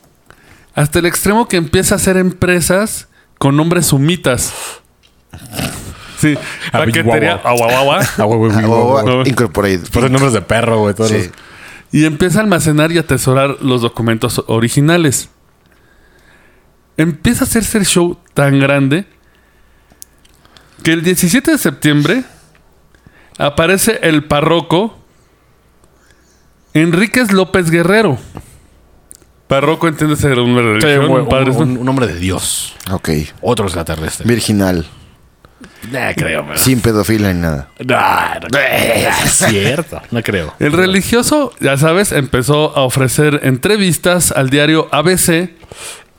Speaker 2: Hasta el extremo que empieza a hacer empresas con nombres sumitas. Sí, paquetería. Aguaguagua.
Speaker 4: Ah, güey, güey, güey, güey, güey.
Speaker 3: Agua Incorporated.
Speaker 4: Por los nombres de perro, güey. Todos
Speaker 3: Oh, Sí.
Speaker 2: y empieza a almacenar y atesorar los documentos originales. Empieza a hacerse el show tan grande que el 17 de septiembre aparece el párroco Enríquez López Guerrero. Párroco, entiendes, era un,
Speaker 4: Sí,
Speaker 2: religión,
Speaker 4: güey,
Speaker 2: un padre,
Speaker 4: un,
Speaker 2: ¿no?
Speaker 4: un- un hombre de Dios.
Speaker 3: Ok.
Speaker 4: Otro extraterrestre.
Speaker 3: Virginal.
Speaker 4: Nah, creo, pero-
Speaker 3: Sin pedofilia ni nada.
Speaker 4: Nah, no, Eh, es cierto. No creo.
Speaker 2: El religioso, ya sabes, empezó a ofrecer entrevistas al diario ABC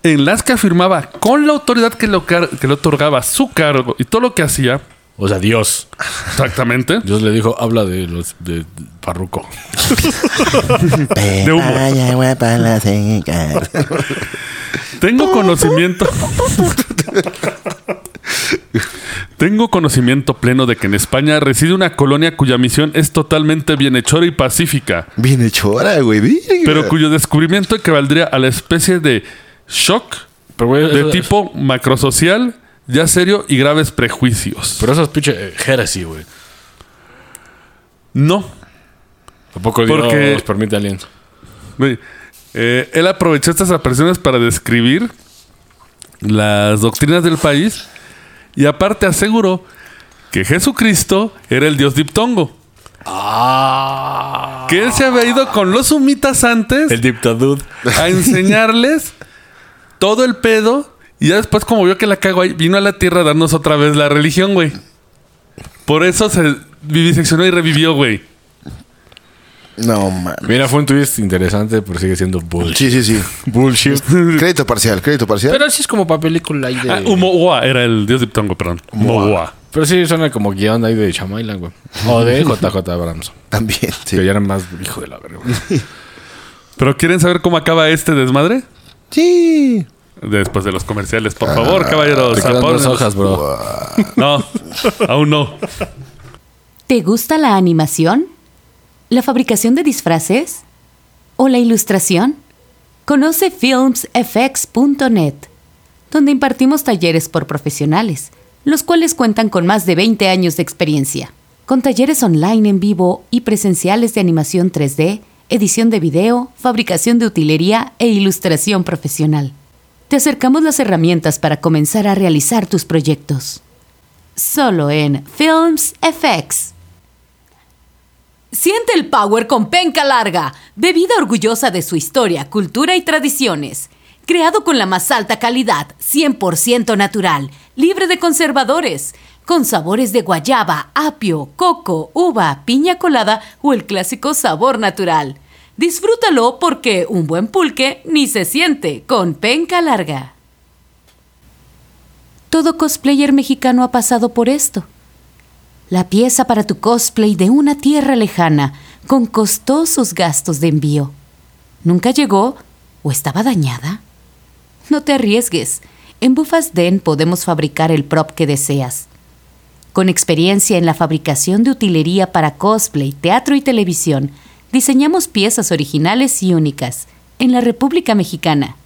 Speaker 2: en las que afirmaba con la autoridad que le, ocar- que le otorgaba su cargo y todo lo que hacía,
Speaker 4: O sea, Dios.
Speaker 2: exactamente,
Speaker 4: Dios le dijo, habla de los de Farruco.
Speaker 2: de humo.
Speaker 6: Ay, agua para la seca.
Speaker 2: Tengo conocimiento. <laughs> Tengo conocimiento pleno de que en España reside una colonia cuya misión es totalmente bienhechora y pacífica,
Speaker 3: Bien hechora, güey. Virga.
Speaker 2: pero cuyo descubrimiento equivaldría a la especie de shock
Speaker 4: Pero, güey,
Speaker 2: de
Speaker 4: eso-
Speaker 2: tipo macrosocial, ya serio y graves prejuicios.
Speaker 4: Pero eso es pinche eh, heresy, güey.
Speaker 2: no.
Speaker 4: Tampoco Dios
Speaker 2: Porque-
Speaker 4: nos permite aliens.
Speaker 2: güey. Eh, él aprovechó estas apariciones para describir las doctrinas del país y aparte aseguró que Jesucristo era el dios diptongo. Que él se había ido con los sumitas antes
Speaker 4: dictadud.
Speaker 2: a enseñarles todo el pedo Y ya después, como vio que la cago ahí, vino a la tierra a darnos otra vez la religión, güey. Por eso se viviseccionó y revivió, güey.
Speaker 3: No, man.
Speaker 4: Mira, fue un twist interesante, pero sigue siendo bullshit.
Speaker 3: Sí, sí, sí.
Speaker 4: Bullshit.
Speaker 3: <laughs> Crédito parcial, crédito parcial.
Speaker 5: Pero sí es como para película ahí de.
Speaker 2: ¿Eh? Ah, Umoa era el dios diptongo, perdón. Umoa.
Speaker 4: Pero sí suena como guión ahí de Chamailan, güey.
Speaker 2: <laughs>
Speaker 4: O de JJ Abrams.
Speaker 3: También, sí.
Speaker 4: Que ya era más hijo de la verga.
Speaker 2: <laughs>
Speaker 4: güey.
Speaker 2: ¿Pero quieren saber cómo acaba este desmadre?
Speaker 3: Sí.
Speaker 2: Después de los comerciales, por favor, caballeros.
Speaker 4: Ah, Te quedan
Speaker 2: apórennos.
Speaker 4: dos hojas, bro.
Speaker 2: <laughs> No, aún no.
Speaker 1: ¿Te gusta la animación? ¿La fabricación de disfraces? ¿O la ilustración? Conoce filmsfx.net, donde impartimos talleres por profesionales, los cuales cuentan con más de 20 años de experiencia, con talleres online en vivo y presenciales de animación 3D, edición de video, fabricación de utilería e ilustración profesional. Te acercamos las herramientas para comenzar a realizar tus proyectos solo en Films FX. Siente el power con penca larga, bebida orgullosa de su historia, cultura y tradiciones. Creado con la más alta calidad, 100% natural, libre de conservadores, con sabores de guayaba, apio, coco, uva, piña colada o el clásico sabor natural. Disfrútalo porque un buen pulque ni se siente con penca larga. Todo cosplayer mexicano ha pasado por esto. La pieza para tu cosplay de una tierra lejana, con costosos gastos de envío. ¿Nunca llegó o estaba dañada? No te arriesgues. En Bufas Den podemos fabricar el prop que deseas. Con experiencia en la fabricación de utilería para cosplay, teatro y televisión, diseñamos piezas originales y únicas en la República Mexicana.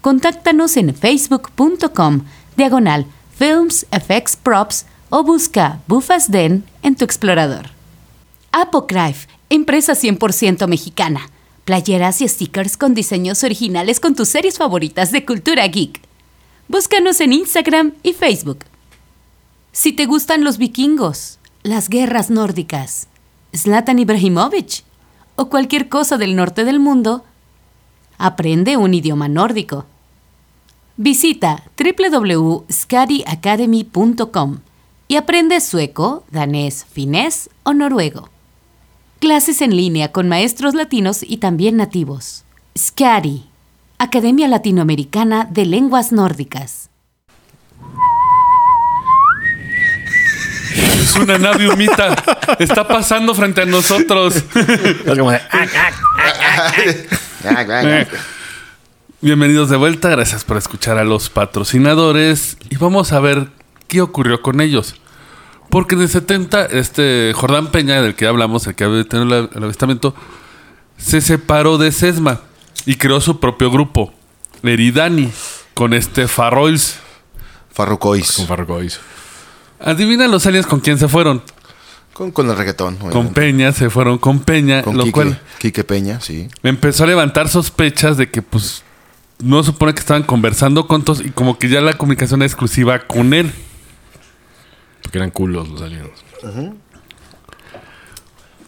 Speaker 1: Contáctanos en facebook.com diagonal Films FX Props o busca Bufas Den en tu explorador. Apocryph, empresa 100% mexicana. Playeras y stickers con diseños originales con tus series favoritas de cultura geek. Búscanos en Instagram y Facebook. Si te gustan los vikingos, las guerras nórdicas, Zlatan Ibrahimovic o cualquier cosa del norte del mundo, aprende un idioma nórdico. Visita www.skadiacademy.com y aprende sueco, danés, finés o noruego. Clases en línea con maestros latinos y también nativos. SCARI, Academia Latinoamericana de Lenguas Nórdicas.
Speaker 2: Es una nave humita. Está pasando frente a nosotros.
Speaker 4: Es como de, "Ah,
Speaker 2: Bienvenidos de vuelta. Gracias por escuchar a los patrocinadores. Y vamos a ver qué ocurrió con ellos. Porque en el 70, este Jordán Peña, del que hablamos, el que había tenido el, el avistamiento, se separó de Sesma y creó su propio grupo, Eridani, con este Farroils.
Speaker 3: Farrucois.
Speaker 4: con Fargois.
Speaker 2: Adivina los aliens con quién se fueron.
Speaker 3: Con, con el reggaetón.
Speaker 2: Con
Speaker 3: obviamente.
Speaker 2: Peña, se fueron con Peña,
Speaker 3: Con
Speaker 2: lo
Speaker 3: Quique,
Speaker 2: cual
Speaker 3: Quique Peña, sí.
Speaker 2: empezó a levantar sospechas de que, pues, no supone que estaban conversando con todos y como que ya la comunicación era exclusiva con él.
Speaker 4: Porque eran culos los aliens.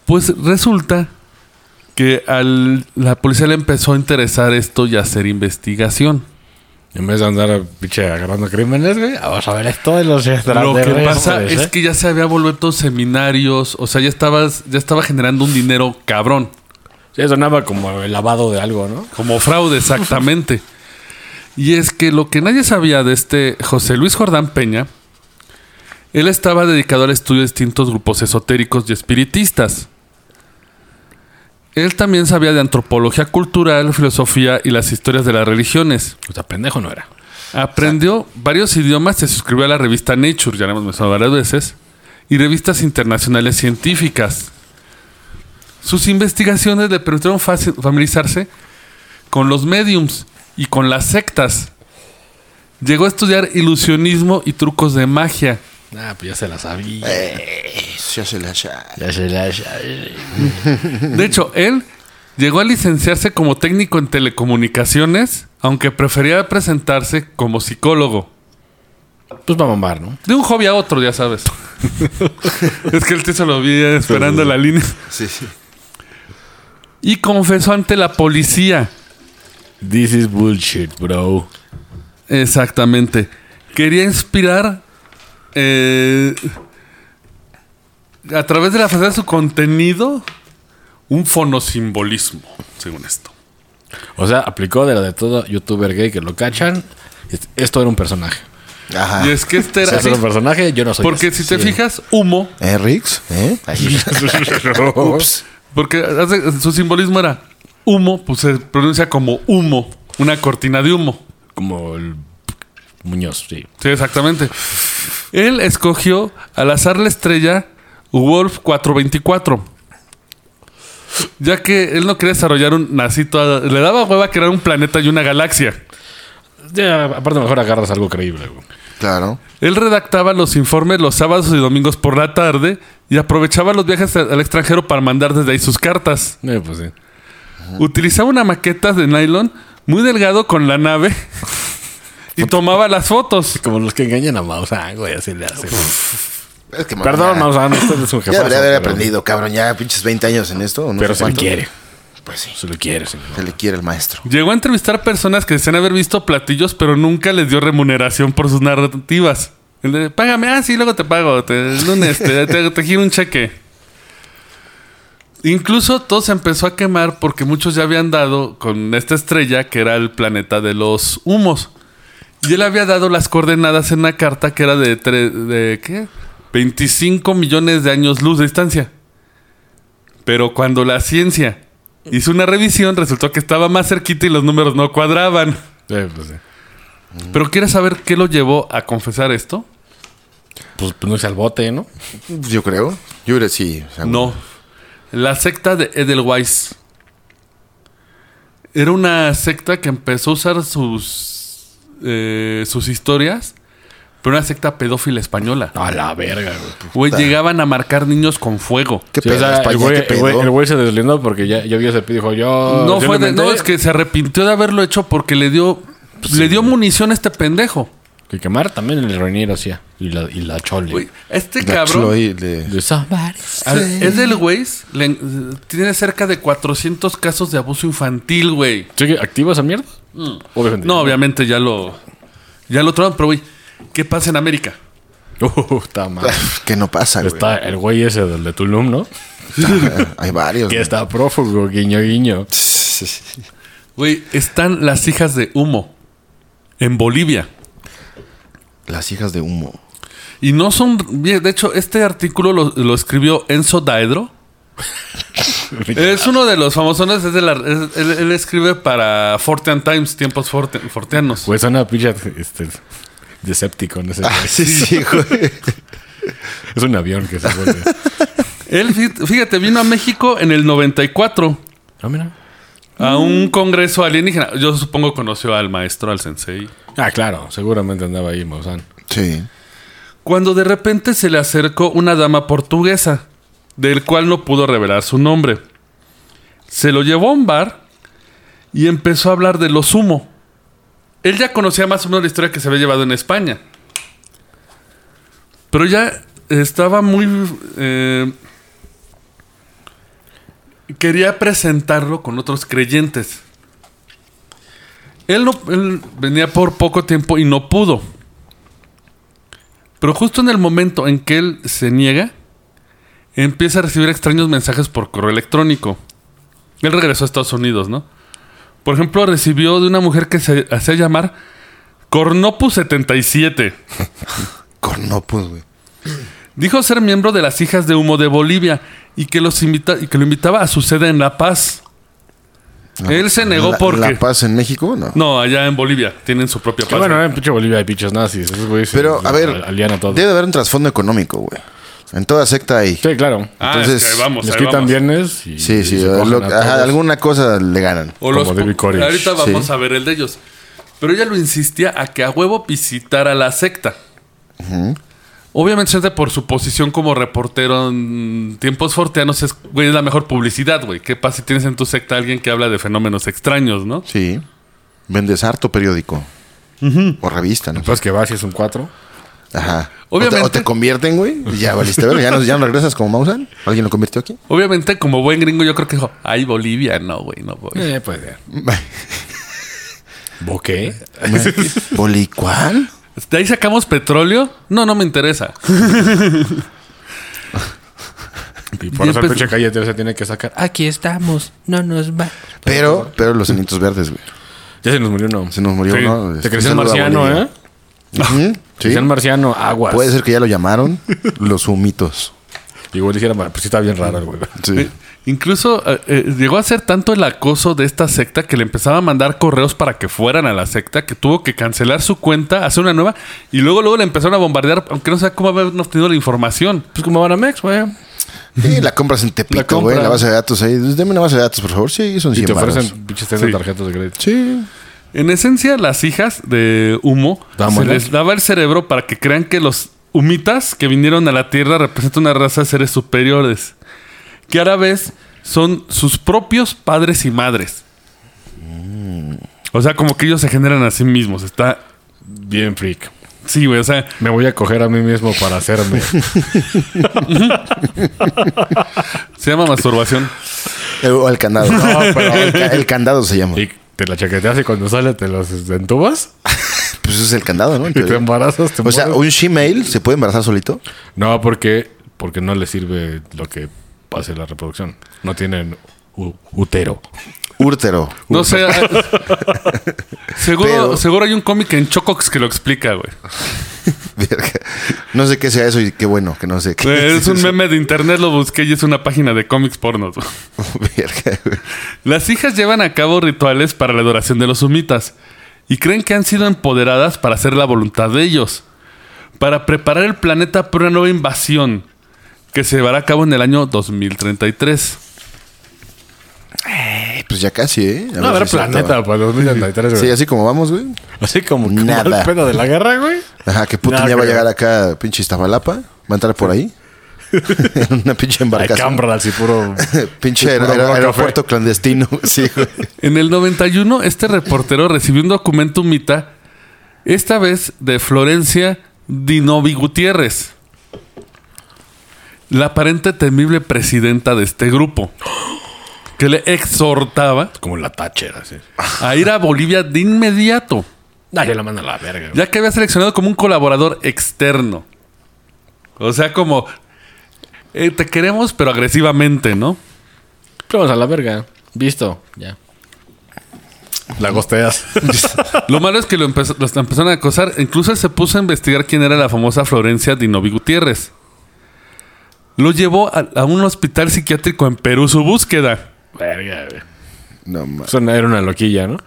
Speaker 2: Pues resulta que al, la policía le empezó a interesar esto y a hacer investigación.
Speaker 4: En vez de andar a, pinche agarrando crímenes, güey, "Ah, vamos a ver esto de los
Speaker 2: Lo que
Speaker 4: extraterrestres,
Speaker 2: pasa es
Speaker 4: ¿eh?
Speaker 2: que ya se había vuelto seminarios, o sea, ya estabas, ya estaba generando un dinero cabrón,
Speaker 4: Sí, sonaba como el lavado de algo, ¿no?
Speaker 2: como fraude exactamente. y es que lo que nadie sabía de este José Luis Jordán Peña, él estaba dedicado al estudio de distintos grupos esotéricos y espiritistas. Él también sabía de antropología cultural, filosofía y las historias de las religiones.
Speaker 4: O sea, pendejo no era.
Speaker 2: Aprendió varios idiomas, se suscribió a la revista Nature, ya lo hemos mencionado varias veces, y revistas internacionales científicas. Sus investigaciones le permitieron faci- familiarizarse con los mediums y con las sectas. Llegó a estudiar ilusionismo y trucos de magia.
Speaker 4: Ah, pues ya se la sabía.
Speaker 2: Eh.
Speaker 3: Ya se la ya.
Speaker 4: Ya se la sabía.
Speaker 2: De hecho, él llegó a licenciarse como técnico en telecomunicaciones, aunque prefería presentarse como psicólogo.
Speaker 4: Pues va a mamar, ¿no?
Speaker 2: De un hobby a otro, ya
Speaker 3: <laughs>
Speaker 2: sabes. es que el tío se lo vi esperando la línea.
Speaker 3: Sí, sí.
Speaker 2: Y confesó ante la policía.
Speaker 4: This is bullshit, bro.
Speaker 2: Exactamente. Quería inspirar eh, a través de la faceta de su contenido un fonosimbolismo, según esto.
Speaker 4: O sea, aplicó de la de todo youtuber gay que lo cachan. Es- Esto era un personaje.
Speaker 3: Ajá.
Speaker 2: Y es que este era...
Speaker 4: Esto era un personaje, yo no soy.
Speaker 2: Porque
Speaker 4: ese.
Speaker 2: si te fijas, humo,
Speaker 3: ¿Eh, Rix? ¿Eh? Ahí. <laughs> Ups.
Speaker 2: porque hace- su simbolismo era humo, pues se pronuncia como humo, una cortina de humo.
Speaker 4: Como el Muñoz, sí.
Speaker 2: Sí, exactamente. Él escogió al azar la estrella Wolf 424. Ya que él no quería desarrollar un nacito. Le daba hueva crear un planeta y una galaxia.
Speaker 4: Ya, aparte, mejor agarras algo creíble, güey.
Speaker 3: Claro.
Speaker 2: Él redactaba los informes los sábados y domingos por la tarde y aprovechaba los viajes al extranjero para mandar desde ahí sus cartas.
Speaker 4: Eh, pues sí.
Speaker 2: Utilizaba una maqueta de nylon muy delgado con la nave y tomaba las fotos.
Speaker 4: Como los que engañan a Maussan, güey, así le hacen.
Speaker 3: Es que,
Speaker 4: Perdón,
Speaker 3: ya-
Speaker 4: Maussan, usted es un
Speaker 3: Ya
Speaker 4: jefazo,
Speaker 3: debería haber
Speaker 4: pero-
Speaker 3: aprendido, cabrón. Ya pinches 20 años en esto. No
Speaker 4: Pero
Speaker 3: sé
Speaker 4: se le
Speaker 3: cuánto.
Speaker 4: quiere.
Speaker 3: Pues sí.
Speaker 4: Se lo quiere, señor.
Speaker 3: Se le quiere el maestro.
Speaker 2: Llegó a entrevistar personas que decían haber visto platillos, pero nunca les dio remuneración por sus narrativas. El de, págame, ah, sí, luego te pago, te, el lunes, te, te- te giro un cheque. Incluso todo se empezó a quemar porque muchos ya habían dado con esta estrella que era el planeta de los humos. Y él había dado las coordenadas en una carta que era de, tre- de ¿qué? 25 millones de años luz de distancia. Pero cuando la ciencia hizo una revisión, resultó que estaba más cerquita y los números no cuadraban.
Speaker 4: Eh, pues sí.
Speaker 2: Pero ¿quieres saber qué lo llevó a confesar esto?
Speaker 4: Pues pues, no es al bote, ¿no?
Speaker 3: Yo creo. Yo creo que sí. o sea,
Speaker 2: No. La secta de Edelweiss. Era una secta que empezó a usar sus, eh, sus historias, pero una secta pedófila española.
Speaker 4: A la verga, güey.
Speaker 2: Güey, llegaban a marcar niños con fuego.
Speaker 3: ¿Qué
Speaker 4: Sí,
Speaker 3: pedo?
Speaker 4: o sea,
Speaker 3: España,
Speaker 4: el, güey,
Speaker 3: ¿Qué
Speaker 4: el güey-
Speaker 3: pedo?
Speaker 4: el güey se deslindó porque ya, ya vio ese pido y dijo Oh, yo.
Speaker 2: No fue de-
Speaker 4: simplemente-
Speaker 2: no, es que se arrepintió de haberlo hecho porque le dio, le dio munición a este pendejo.
Speaker 4: Que quemar también el reñero hacía. Y la, y la chole. "Ah,
Speaker 2: Güey, este
Speaker 3: La
Speaker 2: cabrón.
Speaker 3: Chloe le-
Speaker 4: De esa-
Speaker 2: Al- Edelweiss le- tiene cerca de 400 casos de abuso infantil, güey.
Speaker 4: Sigue activa esa mierda? Obviamente.
Speaker 2: Mm. No, obviamente ya lo. Ya lo tronaron, pero güey, ¿qué pasa en América?
Speaker 4: Uh, está mal.
Speaker 3: <laughs> ¿Qué no pasa, güey? <laughs>
Speaker 4: Está el güey ese del de Tulum, ¿no?
Speaker 3: Está- Hay varios.
Speaker 4: Que
Speaker 3: güey.
Speaker 4: está prófugo, guiño, guiño.
Speaker 2: Güey, están las hijas de humo en Bolivia.
Speaker 3: Las hijas de humo.
Speaker 2: Y no son. De hecho, este artículo lo, lo escribió Enzo Daedro. es uno de los famosones. Es de la- es- él, él escribe para Fortean Times, tiempos forte- forteanos.
Speaker 4: Güey, suena a pinche este, Decepticon
Speaker 3: <laughs>
Speaker 4: ese. güey.
Speaker 3: Ah, Sí, sí, güey.
Speaker 4: Es un avión que se vuelve.
Speaker 2: Él, fí- fíjate, vino a México en el 94.
Speaker 4: Ah, mira.
Speaker 2: A un congreso alienígena. Yo supongo conoció al maestro, al sensei.
Speaker 4: Ah, claro. Seguramente andaba ahí, Maussan.
Speaker 3: Sí.
Speaker 2: Cuando de repente se le acercó una dama portuguesa, del cual no pudo revelar su nombre. Se lo llevó a un bar y empezó a hablar de los sumo. Él ya conocía más o menos la historia que se había llevado en España. Pero ya estaba muy... eh, quería presentarlo con otros creyentes. Él, no, él venía por poco tiempo y no pudo. Pero justo en el momento en que él se niega, empieza a recibir extraños mensajes por correo electrónico. Él regresó a Estados Unidos, ¿no? Por ejemplo, recibió de una mujer que se hacía llamar Cornopus77.
Speaker 3: Cornopus, pues, güey.
Speaker 2: Dijo ser miembro de las Hijas de Humo de Bolivia y que, los invita y que lo invitaba a su sede en La Paz. Él se negó
Speaker 3: La-
Speaker 2: porque...
Speaker 3: ¿La paz en México? No.
Speaker 2: No, allá en Bolivia tienen su propia
Speaker 4: Que
Speaker 2: paz.
Speaker 4: bueno, ¿eh? en pinche Bolivia hay pinches nazis. Esos güeyes se-
Speaker 3: Pero, a
Speaker 4: se-
Speaker 3: ver,
Speaker 4: Alían a todos.
Speaker 3: debe haber un trasfondo económico, güey. En toda secta hay.
Speaker 4: Sí, claro.
Speaker 2: Ah, es
Speaker 3: entonces,
Speaker 2: que ahí vamos,
Speaker 4: Les
Speaker 2: ahí
Speaker 4: quitan
Speaker 2: vamos.
Speaker 4: viernes y.
Speaker 3: Sí,
Speaker 4: y
Speaker 3: sí.
Speaker 4: se
Speaker 3: lo-
Speaker 4: cogen a
Speaker 3: ajá,
Speaker 4: todos.
Speaker 3: alguna cosa le ganan.
Speaker 2: O
Speaker 4: Como
Speaker 2: los
Speaker 4: David
Speaker 2: po-
Speaker 4: Koresh.
Speaker 2: Ahorita vamos
Speaker 3: Sí.
Speaker 2: a ver el de ellos. Pero ella lo insistía a que a huevo visitara la secta. Obviamente, gente, por su posición como reportero en tiempos forteanos, es, güey, es la mejor publicidad, güey. ¿Qué pasa si tienes en tu secta alguien que habla de fenómenos extraños, no?
Speaker 3: Sí. Vendes harto periódico. O revista, ¿no?
Speaker 4: Pues que vas y es un 4.
Speaker 3: Ajá.
Speaker 2: Obviamente.
Speaker 3: O te, o te convierten, güey. y Ya valiste, verga, Ya no, ya no regresas como Mausan. ¿Alguien lo convirtió
Speaker 4: <laughs>
Speaker 3: aquí?
Speaker 2: Obviamente, como
Speaker 4: pues
Speaker 2: buen gringo, yo creo que dijo, ay, Bolivia, no, güey, no voy.
Speaker 4: Eh, pues ya. ¿Boqué?
Speaker 3: ¿Policuán?
Speaker 2: ¿De ahí sacamos petróleo? No, no me interesa.
Speaker 4: Y por eso el
Speaker 2: Bien, pues-
Speaker 4: pinche callete se tiene que sacar. Aquí estamos, no nos va.
Speaker 3: Pero, pero los cenitos verdes, güey.
Speaker 4: Ya se nos murió uno.
Speaker 3: Se nos murió, este,
Speaker 2: Sí.
Speaker 3: ¿no?
Speaker 4: Te creció el
Speaker 3: Saludo a
Speaker 4: marciano,
Speaker 3: Bolivia.
Speaker 4: ¿eh? <laughs>
Speaker 3: Ujú, Sí.
Speaker 4: Creció el marciano, aguas.
Speaker 3: Puede ser que ya lo llamaron los humitos.
Speaker 4: Igual dijera, "Mar- pues sí está bien raro el güey.
Speaker 3: Sí.
Speaker 2: Eh, Incluso eh, eh, llegó a ser tanto el acoso de esta secta que le empezaba a mandar correos para que fueran a la secta que tuvo que cancelar su cuenta, hacer una nueva y luego luego le empezaron a bombardear, aunque no sea cómo haber obtenido la información.
Speaker 4: Pues como Banamex, güey.
Speaker 3: Sí, la compras en
Speaker 4: La
Speaker 3: Tepito,
Speaker 4: compra.
Speaker 3: güey. La base de datos ahí. Deme una base de datos, por favor. Sí, son
Speaker 4: Y
Speaker 3: 100
Speaker 4: te
Speaker 3: varos.
Speaker 4: ofrecen pinches tres de
Speaker 2: Sí.
Speaker 4: tarjetas de crédito.
Speaker 3: Sí.
Speaker 2: En esencia, las hijas de Humo
Speaker 4: Estaban
Speaker 2: se
Speaker 4: buenas.
Speaker 2: les daba el cerebro para que crean que los humitas que vinieron a la Tierra representan una raza de seres superiores, que a la vez son sus propios padres y madres. O sea, como que ellos se generan a sí mismos. Está.
Speaker 4: Bien freak.
Speaker 2: Sí, güey. O sea,
Speaker 4: Me voy a coger a mí mismo
Speaker 3: <laughs>
Speaker 4: para hacerme.
Speaker 2: se llama masturbación.
Speaker 3: Eh, O el
Speaker 4: <laughs>
Speaker 3: candado.
Speaker 4: No, pero-
Speaker 3: el, ca- el candado se llama.
Speaker 4: y te la chaqueteas y cuando sale te los entubas
Speaker 3: Pues es el candado, ¿no? En
Speaker 4: y te
Speaker 3: teoría.
Speaker 4: embarazas. Te
Speaker 3: O sea,
Speaker 4: mueres.
Speaker 3: un shemale se puede embarazar solito.
Speaker 4: No, porque, porque no le sirve lo que pase la reproducción. No tienen u- útero.
Speaker 3: Úrtero.
Speaker 2: No sé. eh, seguro,
Speaker 3: Pero-
Speaker 2: seguro hay un cómic en Chocox que lo explica, güey.
Speaker 3: <laughs> Verga. No sé qué sea eso y qué bueno que no sé qué.
Speaker 2: Eh, Es un meme de internet, lo busqué y es una página de cómics pornos. güey.
Speaker 3: <laughs> Verga, güey.
Speaker 2: Las hijas llevan a cabo rituales para la adoración de los sumitas y creen que han sido empoderadas para hacer la voluntad de ellos, para preparar el planeta para una nueva invasión que se llevará a cabo en el año 2033.
Speaker 3: Eh, Pues ya casi, ¿eh? A
Speaker 4: No,
Speaker 3: ver
Speaker 4: habrá
Speaker 3: si se
Speaker 4: planeta
Speaker 3: acaba.
Speaker 4: para 2033,
Speaker 3: Sí,
Speaker 4: güey.
Speaker 3: así como vamos, güey.
Speaker 4: Así como que
Speaker 3: Nada.
Speaker 4: mal pedo de la guerra, güey.
Speaker 3: Ajá, que Putin
Speaker 4: Nada
Speaker 3: ya va a
Speaker 4: que ver.
Speaker 3: llegar acá, pinche Iztapalapa. Va a entrar por
Speaker 4: <laughs>
Speaker 3: ahí. en una pinche
Speaker 4: Hay
Speaker 3: embarcación.
Speaker 4: cámaras
Speaker 3: <laughs>
Speaker 4: y puro...
Speaker 3: Pinche
Speaker 4: Y
Speaker 3: aer-
Speaker 4: puro
Speaker 3: aer-
Speaker 4: café.
Speaker 3: aeropuerto clandestino. <laughs> Sí, güey.
Speaker 2: En el 91, este reportero recibió un documento humita, esta vez de Florencia Dinovi Gutiérrez, la aparente temible presidenta de este grupo, que le exhortaba
Speaker 4: Como la Thatcher, así.
Speaker 2: a ir a Bolivia de inmediato.
Speaker 4: Ah, yo la mando a la verga, güey.
Speaker 2: Ya que había seleccionado como un colaborador externo. O sea, como. eh, te queremos, pero agresivamente, ¿no?
Speaker 4: Vamos a la verga. Visto, ya. La gosteas.
Speaker 2: Lo malo es que lo, empezó- los empezaron a acosar. Incluso él se puso a investigar quién era la famosa Florencia Dinovi Gutiérrez. Lo llevó a, a un hospital psiquiátrico en Perú su búsqueda.
Speaker 4: <laughs> verga, güey.
Speaker 3: No
Speaker 4: <laughs>
Speaker 3: mames.
Speaker 4: Eso era una loquilla, ¿no?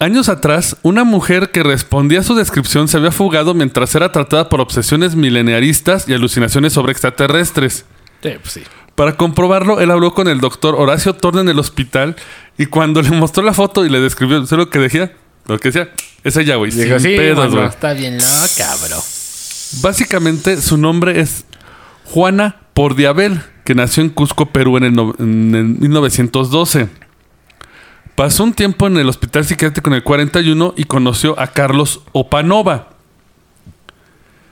Speaker 2: Años atrás, una mujer que respondía a su descripción se había fugado mientras era tratada por obsesiones milenaristas y alucinaciones sobre extraterrestres.
Speaker 4: Sí, pues sí.
Speaker 2: Para comprobarlo, él habló con el doctor Horacio Torne en el hospital y cuando le mostró la foto y le describió ¿sabes lo que decía, lo que decía, es ella, güey. Sin
Speaker 4: Digo, sí,
Speaker 2: pedos,
Speaker 4: mano,
Speaker 2: Ah, güey.
Speaker 4: está bien loca, bro.
Speaker 2: Básicamente, su nombre es Juana Pordiabel, que nació en Cusco, Perú, en el, no- en el 1912. Pasó un tiempo en el hospital psiquiátrico en el 41 y conoció a Carlos Opanova.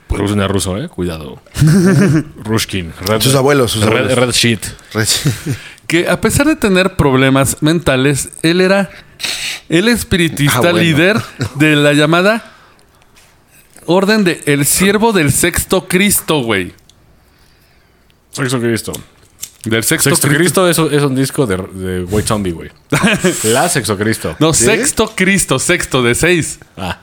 Speaker 4: Pues es una ruso, ¿eh? <laughs> Cuidado. Rushkin. Red,
Speaker 3: Sus abuelos, sus
Speaker 4: red,
Speaker 3: abuelos.
Speaker 4: Red Shit.
Speaker 2: que a pesar de tener problemas mentales, él era el espiritista
Speaker 3: Ah, bueno.
Speaker 2: líder de la llamada Orden de El Siervo del Sexto Cristo, güey.
Speaker 4: Sexto Cristo.
Speaker 2: Del Sexto,
Speaker 4: Sexto
Speaker 2: Cristo.
Speaker 4: Cristo es, un- es un disco de, de White Zombie, <laughs> güey. La Sexto Cristo.
Speaker 2: No, Sexto Cristo, sexto de seis.
Speaker 4: Ah.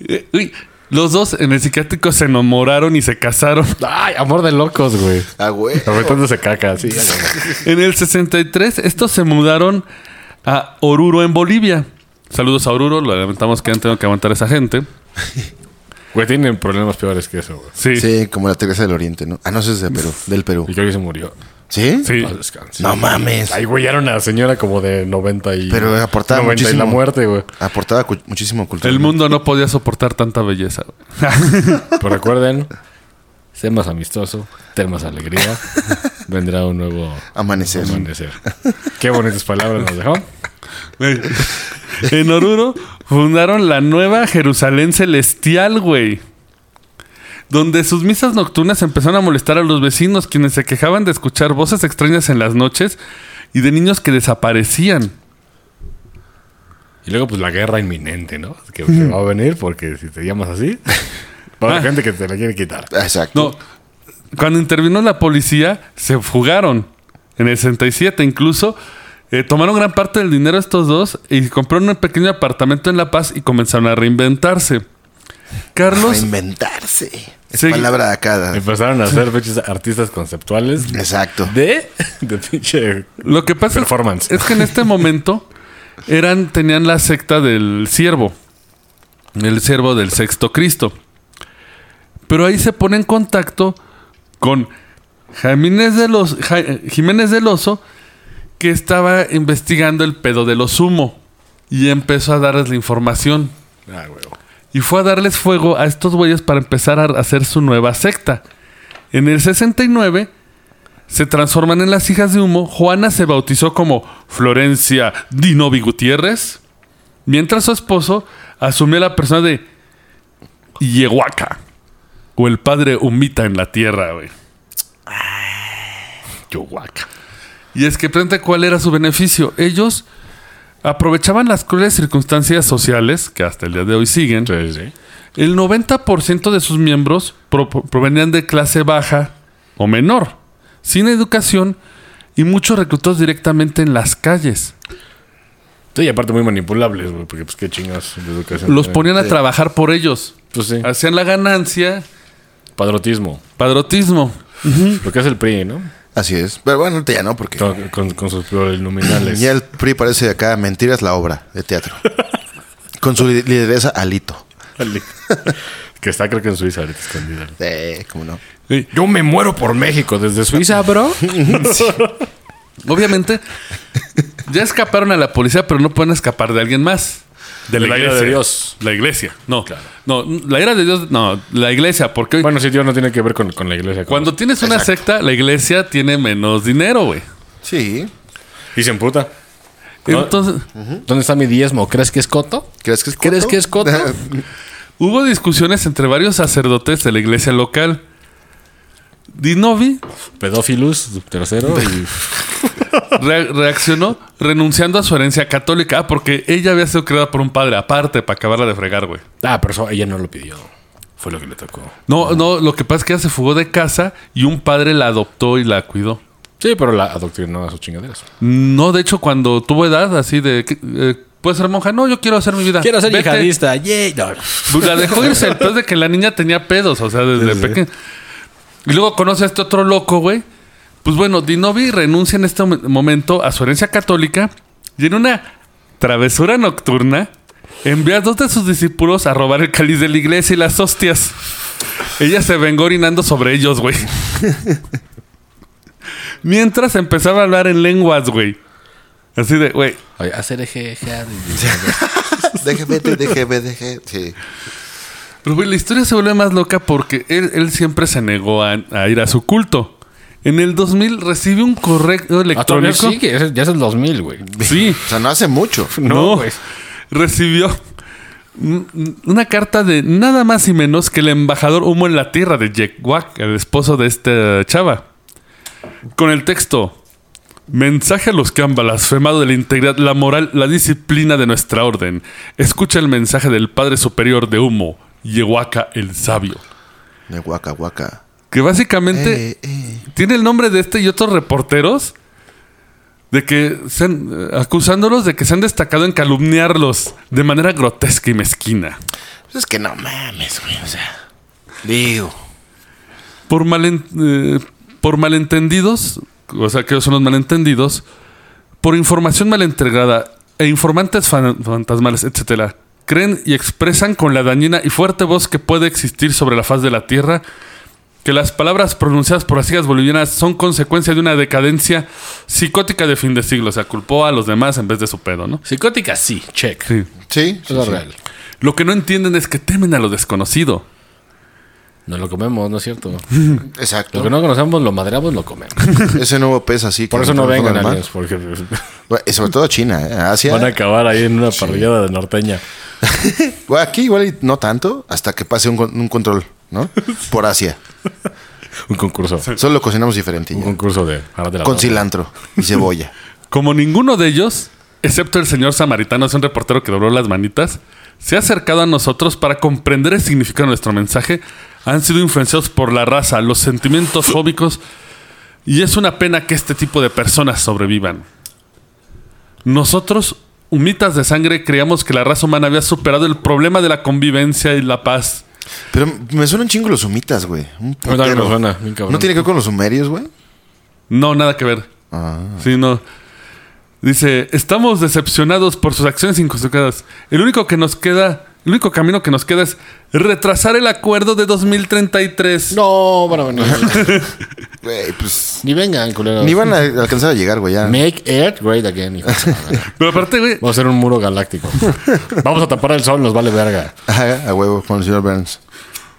Speaker 2: Eh, uy, los dos en el psiquiátrico se enamoraron y se <laughs> casaron.
Speaker 4: Ay, amor de locos, güey.
Speaker 3: Ah, güey.
Speaker 4: Aventándose caca, sí.
Speaker 2: En el 63, estos se mudaron a Oruro, en Bolivia. Saludos a Oruro, lo lamentamos que han tenido que aguantar a esa gente.
Speaker 4: Güey, tienen problemas peores que eso, güey.
Speaker 2: Sí, sí.
Speaker 3: Sí, como la Teresa del Oriente, ¿no? Ah, no, eso es de Perú, del Perú.
Speaker 4: Y creo que se murió.
Speaker 3: ¿Sí?
Speaker 4: Paz descanse.
Speaker 3: No mames.
Speaker 4: Ay, güey, era una señora como de 90 y...
Speaker 3: Pero aportaba
Speaker 4: 90
Speaker 3: muchísimo.
Speaker 4: y la muerte, güey.
Speaker 3: Aportaba cu- muchísimo cultura.
Speaker 2: El mundo no podía soportar tanta belleza.
Speaker 4: Pero Pues recuerden, sé más amistoso, ten más alegría. Vendrá un nuevo
Speaker 3: Amanecer.
Speaker 4: amanecer. Qué bonitas palabras nos dejó.
Speaker 2: Güey. <laughs> en Oruro fundaron la nueva Jerusalén Celestial, güey. Donde sus misas nocturnas empezaron a molestar a los vecinos, quienes se quejaban de escuchar voces extrañas en las noches y de niños que desaparecían.
Speaker 4: Y luego, pues la guerra inminente, ¿no? Que, que va a venir porque si te llamas así, va
Speaker 2: Ah.
Speaker 4: a haber gente que te la quiere quitar.
Speaker 3: Exacto.
Speaker 2: No, cuando intervino la policía, se fugaron. En el 67 incluso. eh, tomaron gran parte del dinero estos dos y compraron un pequeño apartamento en La Paz y comenzaron a reinventarse. Carlos,
Speaker 3: Reinventarse. Es
Speaker 2: Sí.
Speaker 3: palabra de acá.
Speaker 4: Empezaron a ser pinches artistas conceptuales
Speaker 3: Exacto.
Speaker 4: de, de pinche
Speaker 2: lo que pasa
Speaker 4: Performance.
Speaker 2: es que en este momento eran, tenían la secta del siervo. El siervo del sexto Cristo. Pero ahí se pone en contacto con Jiménez del, Os- Ja- eh, Jiménez del Oso, que estaba investigando el pedo del Osumo. Y empezó a darles la información.
Speaker 4: Ah, huevo.
Speaker 2: Y fue a darles fuego a estos güeyes para empezar a hacer su nueva secta. En el 69 se transforman en las hijas de humo. Juana se bautizó como Florencia Dinovi Gutiérrez, mientras su esposo asumió la persona de Yehuaca, o el padre humita en la tierra, güey.
Speaker 4: Yuhuaca.
Speaker 2: Y es que pregunta cuál era su beneficio. Ellos aprovechaban las crueles circunstancias sociales, que hasta el día de hoy siguen,
Speaker 4: Sí, sí.
Speaker 2: El 90% de sus miembros pro- provenían de clase baja o menor, sin educación y muchos reclutados directamente en las calles.
Speaker 4: Sí, y aparte muy manipulables, güey, porque pues qué chingados de educación.
Speaker 2: Los
Speaker 4: Eh,
Speaker 2: ponían a trabajar por ellos.
Speaker 4: Pues sí,
Speaker 2: Hacían la ganancia,
Speaker 4: padrotismo.
Speaker 2: padrotismo.
Speaker 4: Lo que hace el PRI, ¿no?
Speaker 3: Así es. Pero bueno, ahorita ya no, porque
Speaker 4: Con, con- con sus plurinominales.
Speaker 3: ya el PRI parece acá mentiras la obra de teatro. Con su li- lideresa Alito.
Speaker 4: <laughs> Dale. que está creo que en Suiza ahorita escondida.
Speaker 3: Eh, ¿cómo no?
Speaker 4: Yo me muero por México desde Suiza, bro. <laughs>
Speaker 2: Obviamente, ya escaparon a la policía, pero no pueden escapar de alguien más.
Speaker 4: De la ira de Dios.
Speaker 2: La iglesia. No, no, la ira de Dios, no, la iglesia, porque hoy-
Speaker 4: Bueno, sí, Dios no tiene que ver con, con la iglesia. con-
Speaker 2: cuando tienes una
Speaker 3: Exacto.
Speaker 2: secta, la iglesia tiene menos dinero, güey.
Speaker 3: Sí.
Speaker 4: Y se emputa. No.
Speaker 2: Entonces,
Speaker 5: ¿Dónde está mi diezmo? ¿Crees que es coto?
Speaker 3: ¿Crees que es
Speaker 5: ¿Crees
Speaker 3: coto?
Speaker 5: que
Speaker 3: <laughs>
Speaker 5: es coto?
Speaker 2: Hubo discusiones entre varios sacerdotes de la iglesia local. Dinovi
Speaker 4: Pedófilus, tercero.
Speaker 3: <laughs>
Speaker 4: Y...
Speaker 2: re- reaccionó renunciando a su herencia católica. Ah, porque ella había sido creada por un padre aparte para acabarla de fregar, güey.
Speaker 4: Ah, pero eso ella no lo pidió. Fue lo que le tocó.
Speaker 2: No, no, lo que pasa es que ella se fugó de casa y un padre la adoptó y la cuidó.
Speaker 4: Sí, pero la adoctrinó a sus chingaderas.
Speaker 2: No, de hecho, cuando tuvo edad así de... ¿qué- eh, ¿Puedes ser monja? No, yo quiero hacer mi vida.
Speaker 5: Quiero ser
Speaker 2: Vete.
Speaker 5: yihadista. Yay. No.
Speaker 2: Pues La dejó irse después de que la niña tenía pedos, o sea, desde pequeña. Y luego conoce a este otro loco, güey. Pues bueno, Dinovi renuncia en este mo- momento a su herencia católica y en una travesura nocturna envía a dos de sus discípulos a robar el cáliz de la iglesia y las hostias. Ella se vengó orinando sobre ellos, güey. <laughs> Mientras empezaba a hablar en lenguas, güey. Así de, güey,
Speaker 5: Oye, hacer eje, eje, eje.
Speaker 3: Déjeme, déjeme, déjeme. Sí.
Speaker 2: Pero güey, la historia se vuelve más loca porque él, él siempre se negó a, a ir a su culto. En el 2000 recibe un correo
Speaker 5: Ah, todavía
Speaker 2: electrónico.
Speaker 5: sigue. Ese- Ya es el 2000, güey.
Speaker 2: Sí,
Speaker 3: O sea, <laughs> no hace mucho.
Speaker 2: no.
Speaker 5: güey.
Speaker 2: Recibió un- un- una carta de nada más y menos que el embajador humo en la tierra de Jack Wack, el esposo de esta chava. Con el texto: Mensaje a los que han blasfemado de la integridad, la moral, la disciplina de nuestra orden. Escucha el mensaje del Padre Superior de Humo, Yehuaca el Sabio.
Speaker 3: De guaca, guaca.
Speaker 2: Que básicamente
Speaker 3: Eh, eh.
Speaker 2: tiene el nombre de este y otros reporteros de que se han- eh, acusándolos de que se han destacado en calumniarlos de manera grotesca y mezquina.
Speaker 3: Pues es que no mames, güey. O sea, digo.
Speaker 2: Por, malen- eh, por malentendidos, o sea, que son los malentendidos, por información malentregada e informantes fan- fantasmales, etcétera, creen y expresan con la dañina y fuerte voz que puede existir sobre la faz de la tierra que las palabras pronunciadas por las hijas bolivianas son consecuencia de una decadencia psicótica de fin de siglo. O sea, culpó a los demás en vez de su pedo, ¿no?
Speaker 5: Psicótica, sí. Check.
Speaker 2: Sí.
Speaker 3: Sí.
Speaker 5: Eso es real.
Speaker 2: Lo que no entienden es que temen a lo desconocido.
Speaker 5: No lo comemos, ¿no es
Speaker 4: <laughs>
Speaker 5: cierto? Lo
Speaker 3: Exacto.
Speaker 5: que no conocemos, lo madreamos,
Speaker 3: <laughs>
Speaker 5: lo comemos.
Speaker 3: Ese nuevo pez así. que
Speaker 4: Por eso no
Speaker 3: entró
Speaker 4: vengan
Speaker 3: al mar.
Speaker 4: aliens, porque
Speaker 3: Bueno, y sobre todo China, ¿eh? Asia.
Speaker 4: <laughs> van a acabar ahí en una parrillada de norteña.
Speaker 3: Bueno, aquí igual y no tanto, hasta que pase un, con- un control, ¿no? Por Asia.
Speaker 4: Un concurso.
Speaker 3: Solo lo cocinamos diferente.
Speaker 4: Un
Speaker 3: ya.
Speaker 4: concurso de... Ahora te la
Speaker 3: Con
Speaker 4: paso.
Speaker 3: cilantro y cebolla.
Speaker 2: Como ninguno de ellos, excepto el señor samaritano, es un reportero que dobló las manitas, se ha acercado a nosotros para comprender el significado de nuestro mensaje. Han sido influenciados por la raza, los sentimientos fóbicos, y es una pena que este tipo de personas sobrevivan. Nosotros, humitas de sangre, creíamos que la raza humana había superado el problema de la convivencia y la paz.
Speaker 3: Pero me suenan un chingo los sumitas, güey. Un
Speaker 4: también me
Speaker 3: putero.
Speaker 4: suena, bien cabrón.
Speaker 3: ¿No tiene que ver con los sumerios, güey? Ah.
Speaker 2: No, nada que ver. Sí, no. Dice, estamos decepcionados por sus acciones injustificadas. El único que nos queda, el único camino que nos queda es retrasar el acuerdo de 2033.
Speaker 5: No, van a venir.
Speaker 3: Güey, pues...
Speaker 5: Ni vengan, culeros.
Speaker 3: Ni van a alcanzar a llegar, güey, ya.
Speaker 5: Make Earth great again, hijo. de su madre.
Speaker 2: Pero aparte, güey,
Speaker 5: Vamos a hacer un muro galáctico. Vamos a tapar el sol, nos vale verga.
Speaker 3: Ajá, a huevo, con el señor Burns.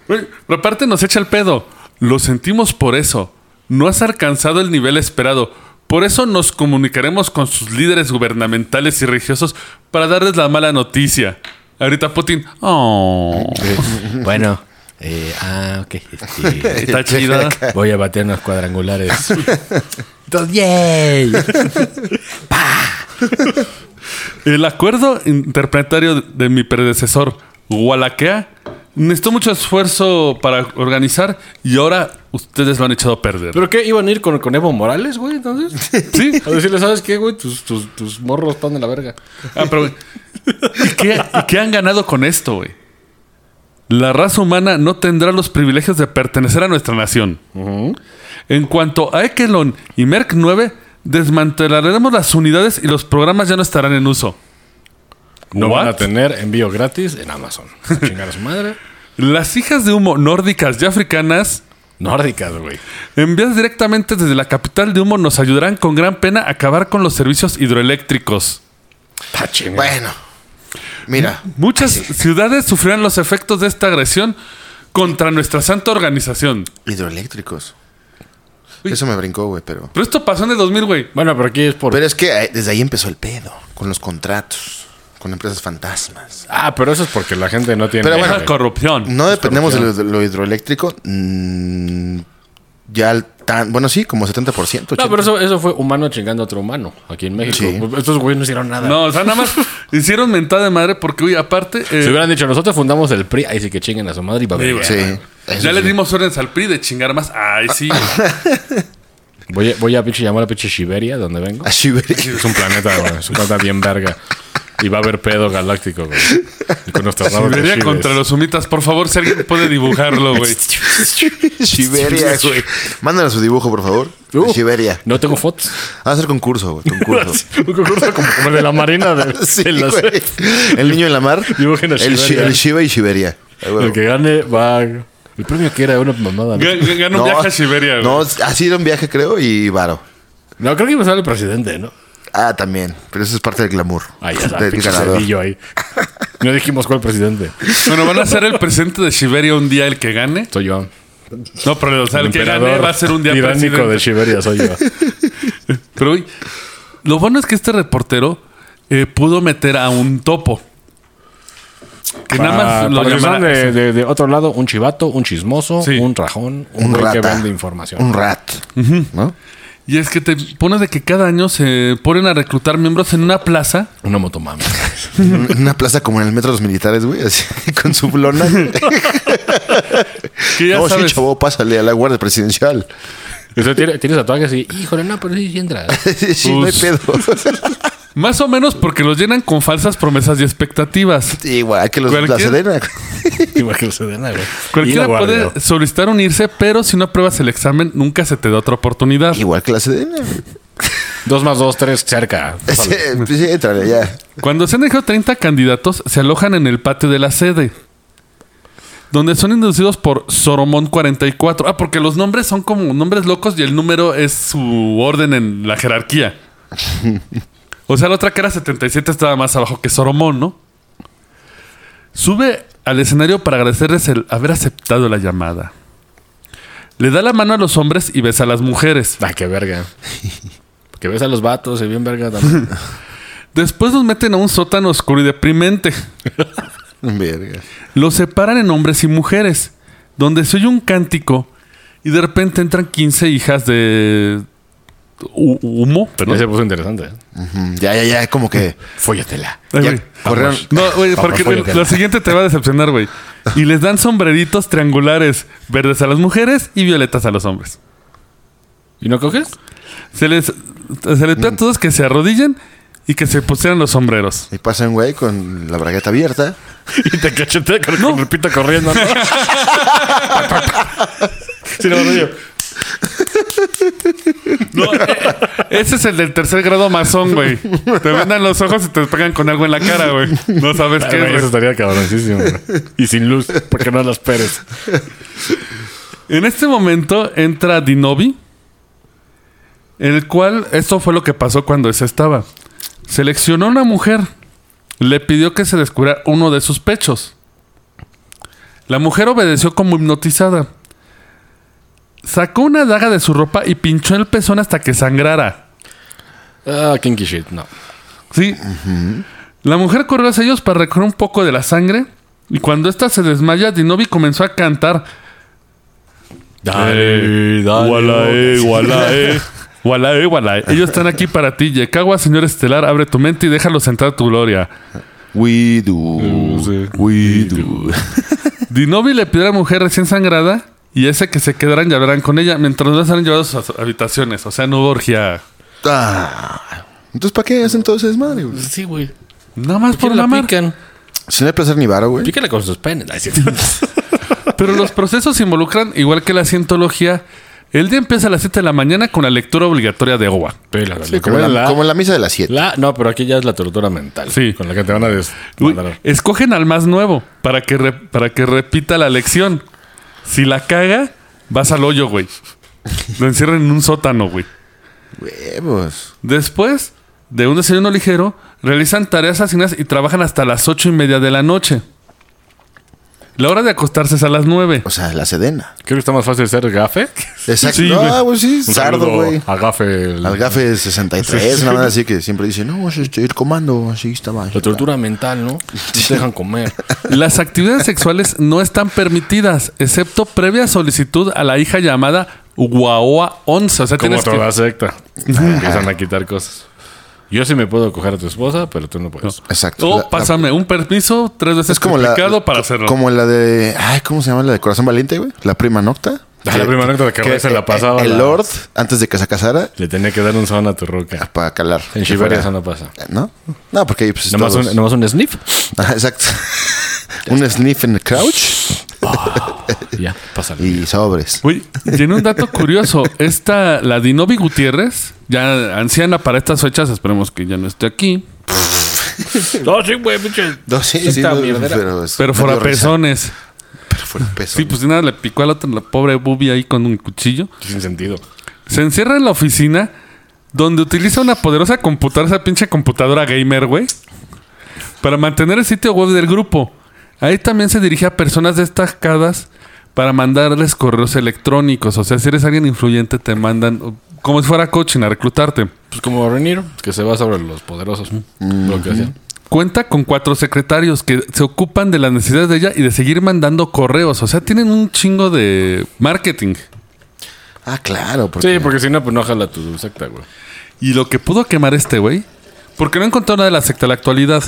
Speaker 2: güey, pero aparte nos echa el pedo. Lo sentimos por eso. No has alcanzado el nivel esperado. Por eso nos comunicaremos con sus líderes gubernamentales y religiosos para darles la mala noticia. Ahorita Putin, oh,
Speaker 5: <laughs> Bueno, eh, ah, ok. este,
Speaker 2: está chida.
Speaker 5: voy a batear unos cuadrangulares. Entonces, ¡yay!
Speaker 2: El acuerdo interplanetario de mi predecesor, Wallachea, necesitó mucho esfuerzo para organizar y ahora ustedes lo han echado a perder.
Speaker 4: ¿Pero qué? ¿Iban a ir con, con Evo Morales, güey? Entonces.
Speaker 3: <laughs>
Speaker 2: sí.
Speaker 4: A decirle, ¿sabes qué, güey? Tus, tus, tus morros están de la verga.
Speaker 2: Ah, pero, ¿y qué, y qué han ganado con esto, güey? La raza humana no tendrá los privilegios de pertenecer a nuestra nación. En cuanto a Ekelon y Merck 9, desmantelaremos las unidades y los programas ya no estarán en uso.
Speaker 4: No van
Speaker 2: What?
Speaker 4: a tener envío gratis en Amazon. A chingar a su madre.
Speaker 2: Las hijas de humo nórdicas y africanas
Speaker 4: Nórdicas, güey.
Speaker 2: Envías directamente desde la capital de Humo nos ayudarán con gran pena a acabar con los servicios hidroeléctricos.
Speaker 4: Está chingado.
Speaker 3: Bueno. Mira.
Speaker 2: Muchas ciudades sufrirán los efectos de esta agresión contra nuestra santa organización.
Speaker 3: Hidroeléctricos.
Speaker 2: Uy.
Speaker 3: Eso me brincó, güey, pero...
Speaker 2: Pero esto pasó en el 2000, güey.
Speaker 4: Bueno, pero aquí es por.
Speaker 3: Pero es que eh, desde ahí empezó el pedo. Con los contratos. Con empresas fantasmas.
Speaker 4: Ah, pero eso es porque la gente no tiene.
Speaker 3: Pero
Speaker 2: Era
Speaker 3: bueno,
Speaker 4: güey.
Speaker 2: corrupción.
Speaker 3: No dependemos de lo, de lo hidroeléctrico. mm, ya al tan... Bueno, sí, como 70%. 80%.
Speaker 4: No, pero eso, eso fue humano chingando a otro humano aquí en México.
Speaker 3: Sí.
Speaker 4: Estos güeyes no hicieron nada.
Speaker 2: No, o sea, nada
Speaker 3: <laughs>
Speaker 2: más hicieron mentada de madre porque, uy, aparte, eh,
Speaker 4: Si hubieran dicho, nosotros fundamos el PRI, ahí sí que chinguen a su madre y va a
Speaker 2: Sí,
Speaker 4: ver.
Speaker 2: güey.
Speaker 3: Sí. eso
Speaker 2: ya le
Speaker 3: sí.
Speaker 2: dimos órdenes al PRI de chingar más. Ay, sí.
Speaker 3: <laughs>
Speaker 4: Voy a, voy a pinche llamar a pinche Siberia, donde vengo.
Speaker 3: A Siberia.
Speaker 4: <laughs> Es un planeta, güey. Es un planeta bien verga. Y va a haber pedo galáctico, güey. Y Con nuestros raros
Speaker 2: Siberia
Speaker 4: chiles.
Speaker 2: contra los humitas. Por favor, si alguien puede dibujarlo,
Speaker 3: <laughs>
Speaker 2: güey.
Speaker 3: Siberia, güey. Mándanos su dibujo, por favor.
Speaker 4: Uh.
Speaker 3: De Siberia.
Speaker 4: No tengo fotos.
Speaker 3: Vamos a hacer concurso, güey. Concurso.
Speaker 4: Un concurso <laughs> como, como el de la marina.
Speaker 3: <laughs>
Speaker 4: De,
Speaker 3: Sí,
Speaker 4: de las-
Speaker 3: güey. El niño en la mar.
Speaker 4: Dibujen a
Speaker 3: el, Shi-
Speaker 4: Siberia.
Speaker 3: el Shiva y Siberia. Ah, güey.
Speaker 4: el que gane va. El premio que era una mamada. ¿no?
Speaker 2: Gan- gan- Gana un viaje a Siberia, güey.
Speaker 3: No, ha sido un viaje, creo, y varo.
Speaker 4: No, creo que iba a ser el presidente, ¿no?
Speaker 3: Ah, también. Pero eso es parte del glamour.
Speaker 4: Ahí Ah, está,
Speaker 3: Del
Speaker 4: pinche
Speaker 3: ganador.
Speaker 4: cerdillo ahí. No dijimos cuál presidente.
Speaker 2: Bueno, van a ser el presidente de Siberia un día el que gane.
Speaker 4: Soy yo.
Speaker 2: No, pero o sea, el, que gane va a ser un día
Speaker 4: tiránico
Speaker 2: presidente.
Speaker 4: de Siberia, soy
Speaker 2: <laughs>
Speaker 4: yo.
Speaker 2: Pero güey, lo bueno es que este reportero eh, pudo meter a un topo. Que nada
Speaker 4: Ah,
Speaker 2: más lo
Speaker 3: pues,
Speaker 4: para los que son
Speaker 2: llamara.
Speaker 4: de, de- de otro lado, un chivato, un chismoso,
Speaker 2: Sí.
Speaker 4: un rajón, un,
Speaker 3: Un
Speaker 4: güey
Speaker 3: rata.
Speaker 4: que vende información.
Speaker 3: Un rat. ¿No?
Speaker 2: Y es que te pone de que cada año se ponen a reclutar miembros en una plaza.
Speaker 4: Una motomami. <laughs>
Speaker 3: En una plaza como en el metro de los militares, güey. Así, <laughs> con su
Speaker 4: <laughs>
Speaker 3: lona.
Speaker 2: Que ya
Speaker 3: no, sí,
Speaker 2: sabes.
Speaker 3: chavo, pásale a la guardia presidencial. <laughs>
Speaker 4: Usted tiene, tiene tatuajes y, híjole, no, pero sí, sí entra. <laughs>
Speaker 3: sí, no hay
Speaker 2: Pues-
Speaker 3: pedo. <laughs>
Speaker 2: más o menos porque los llenan con falsas promesas y expectativas.
Speaker 3: Igual que los la
Speaker 2: Cualquier-
Speaker 3: Serena.
Speaker 4: Igual que el Sedena, güey. Y
Speaker 2: Cualquiera
Speaker 4: la guardia.
Speaker 2: puede solicitar unirse, pero si no apruebas el examen, nunca se te da otra oportunidad.
Speaker 3: Igual que la Serena.
Speaker 4: <laughs> Dos más dos, tres, cerca.
Speaker 3: Sí, pues, sí, éntrale, ya.
Speaker 2: Cuando se han dejado 30 candidatos, se alojan en el patio de la sede. Donde son inducidos por Soromón 44. Ah, porque los nombres son como nombres locos y el número es su orden en la jerarquía. O sea, la otra que era 77 estaba más abajo que Soromón, ¿no? Sube al escenario para agradecerles el haber aceptado la llamada. Le da la mano a los hombres y besa a las mujeres.
Speaker 4: Ah, qué verga. Que ves a los vatos y bien
Speaker 3: <laughs>
Speaker 4: verga también.
Speaker 2: Después los meten a un sótano oscuro y deprimente.
Speaker 3: Verga.
Speaker 2: Los separan en hombres y mujeres, donde se oye un cántico y de repente entran 15 hijas de hu- humo, pero
Speaker 4: Ya se puso interesante. ¿eh?
Speaker 3: Mm, Ya, ya, ya, como que.
Speaker 4: Fóllatela.
Speaker 2: Ay,
Speaker 3: Ya,
Speaker 2: güey.
Speaker 3: corrieron.
Speaker 2: No, güey, porque
Speaker 4: Vamos,
Speaker 2: la siguiente te va a decepcionar, güey. Y les dan sombreritos triangulares, verdes a las mujeres y violetas a los hombres.
Speaker 4: ¿Y no coges?
Speaker 2: Se les, se les pide a todos que se arrodillen y que se pusieran los sombreros.
Speaker 3: Y pasa un güey con la bragueta abierta.
Speaker 4: <laughs> Y te cachetea con, con el pito corriendo. <laughs> ¿no? sí, no, no, yo.
Speaker 2: No, eh, ese es el del tercer grado masón, güey. Te vendan los ojos y te pegan con algo en la cara, güey. No sabes
Speaker 4: Ah,
Speaker 2: qué
Speaker 4: güey,
Speaker 2: es.
Speaker 4: Eso
Speaker 2: güey.
Speaker 4: estaría cabroncísimo. güey. Y sin luz, porque no las peres.
Speaker 2: En este momento entra Dinobi, el cual, esto fue lo que pasó cuando ese estaba. Seleccionó a una mujer, le pidió que se descubriera uno de sus pechos. La mujer obedeció como hipnotizada. Sacó una daga de su ropa y pinchó el pezón hasta que sangrara.
Speaker 4: Ah, kinky shit, no.
Speaker 2: Sí. La mujer corrió hacia ellos para recoger un poco de la sangre. Y cuando ésta se desmaya, Dinobi comenzó a cantar.
Speaker 4: Eh, Dale,
Speaker 2: Gualae,
Speaker 4: eh. <laughs>
Speaker 2: gualae. Gualae, gualae. Ellos están aquí para ti. Yekawa, señor estelar, abre tu mente y déjalos entrar a tu gloria.
Speaker 3: We do. We do.
Speaker 2: Dinobi le pidió a la mujer recién sangrada y ese que se quedaran y hablarán con ella mientras no serán llevados a sus habitaciones. O sea, no hubo orgía.
Speaker 3: Ah. Entonces, ¿para qué hacen todo ese desmadre, güey?
Speaker 4: Sí, güey.
Speaker 2: Nada más
Speaker 4: ¿Por
Speaker 2: por
Speaker 4: qué la
Speaker 2: la marca.
Speaker 4: pican?
Speaker 3: Si no hay placer ni varo, güey.
Speaker 4: Pícala con sus penes. Ay,
Speaker 5: <laughs>
Speaker 4: sí.
Speaker 2: Pero los procesos involucran, igual que la cientología, el día empieza a las 7 de la mañana con la lectura obligatoria de agua.
Speaker 4: Pícala,
Speaker 3: Sí, como, en la, como en la misa de las 7.
Speaker 4: La- no, pero aquí ya es la tortura mental.
Speaker 2: Sí.
Speaker 4: Con la que te van a des-
Speaker 2: Uy,
Speaker 4: mandar.
Speaker 2: escogen al más nuevo para que, re- para que repita la lección. Si la caga, vas al hoyo, güey. Lo encierran en un sótano, güey.
Speaker 3: Huevos.
Speaker 2: Después de un desayuno ligero, realizan tareas asignadas y trabajan hasta las ocho y media de la noche. La hora de acostarse es a las nueve.
Speaker 3: O sea, la sedena.
Speaker 4: Creo que está más fácil ser gafe.
Speaker 3: Exacto.
Speaker 2: Sí, güey.
Speaker 3: ah, güey, sí.
Speaker 4: Un
Speaker 3: Sardo,
Speaker 4: saludo
Speaker 3: güey.
Speaker 4: A gafe. el-
Speaker 3: Al GAFE 63, una madre así que siempre dice, no, es el comando, así está mal.
Speaker 4: La tortura mental, <laughs> ¿no? No te dejan <laughs> comer.
Speaker 2: Las actividades sexuales no están permitidas, excepto previa solicitud a la hija llamada Guaoa 11. O sea,
Speaker 4: Como
Speaker 2: tienes que-
Speaker 4: toda secta. Empiezan a quitar cosas. Yo sí me puedo coger a tu esposa, pero tú no puedes.
Speaker 3: Exacto.
Speaker 2: O
Speaker 3: La- la-
Speaker 2: Oh, pásame un permiso tres veces
Speaker 3: es como la.
Speaker 2: triplicado para hacerlo.
Speaker 3: Como la de. Ay, ¿cómo se llama la de Corazón Valiente, güey? La prima nocta. eh,
Speaker 4: Ah, la prima nocta que Roy se la pasaba
Speaker 3: El
Speaker 4: la-
Speaker 3: Lord, antes de que se casara,
Speaker 4: Le tenía que dar un son a tu roca.
Speaker 3: para calar.
Speaker 4: En
Speaker 3: Que
Speaker 4: Shiberia
Speaker 3: fuera- Eh,
Speaker 4: eso no pasa.
Speaker 3: ¿No? No, porque ahí pues.
Speaker 4: Nomás
Speaker 3: todos-
Speaker 4: un, nomás un sniff.
Speaker 3: <laughs> Ajá, exacto. un sniff en el crouch
Speaker 4: Ya, pásale.
Speaker 3: y sobres.
Speaker 2: Uy, tiene un dato curioso. Esta, la Dinovi Gutiérrez, ya anciana para estas fechas, esperemos que ya no esté aquí.
Speaker 4: No, sí, güey, pinche.
Speaker 3: No, sí, sí,
Speaker 4: Esta
Speaker 3: no,
Speaker 4: mierdera.
Speaker 3: pero. es-
Speaker 2: Pero
Speaker 3: me dio
Speaker 2: fuera
Speaker 3: risa.
Speaker 2: pezones.
Speaker 3: Pero fuera peso.
Speaker 2: Sí, pues nada, le picó a la, otra, la pobre Bubi ahí con un cuchillo.
Speaker 4: Sin sentido.
Speaker 2: Se encierra en la oficina donde utiliza una poderosa computadora, esa pinche computadora gamer, güey, para mantener el sitio web del grupo. Ahí también se dirige a personas destacadas para mandarles correos electrónicos. O sea, si eres alguien influyente, te mandan como si fuera coaching a reclutarte.
Speaker 4: Pues como Renier, que se va sobre los poderosos. Lo que hacían.
Speaker 2: Cuenta con cuatro secretarios que se ocupan de las necesidades de ella y de seguir mandando correos. O sea, tienen un chingo de marketing.
Speaker 3: Ah, claro.
Speaker 4: Sí, porque si no, pues no jala tu secta, güey.
Speaker 2: Y lo que pudo quemar este güey, porque no encontró nada de la secta en la actualidad.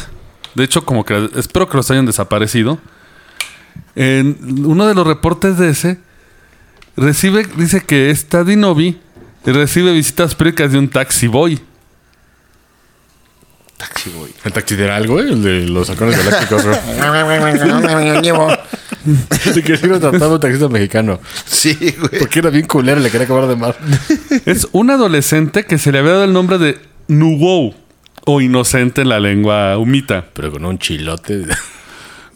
Speaker 2: De hecho, como que espero que los hayan desaparecido. En uno de los reportes de ese, recibe, dice que esta Dinobi recibe visitas periódicas de un taxi boy.
Speaker 4: El taxideral, güey, el de los halcones galácticos, güey. De que <laughs> sí lo trataba un taxista mexicano.
Speaker 3: Sí, güey.
Speaker 4: Porque era bien culero, le quería cobrar de más.
Speaker 2: Es un adolescente que se le había dado el nombre de Nuwou o inocente en la lengua humita.
Speaker 4: <laughs> Pero con un chilote.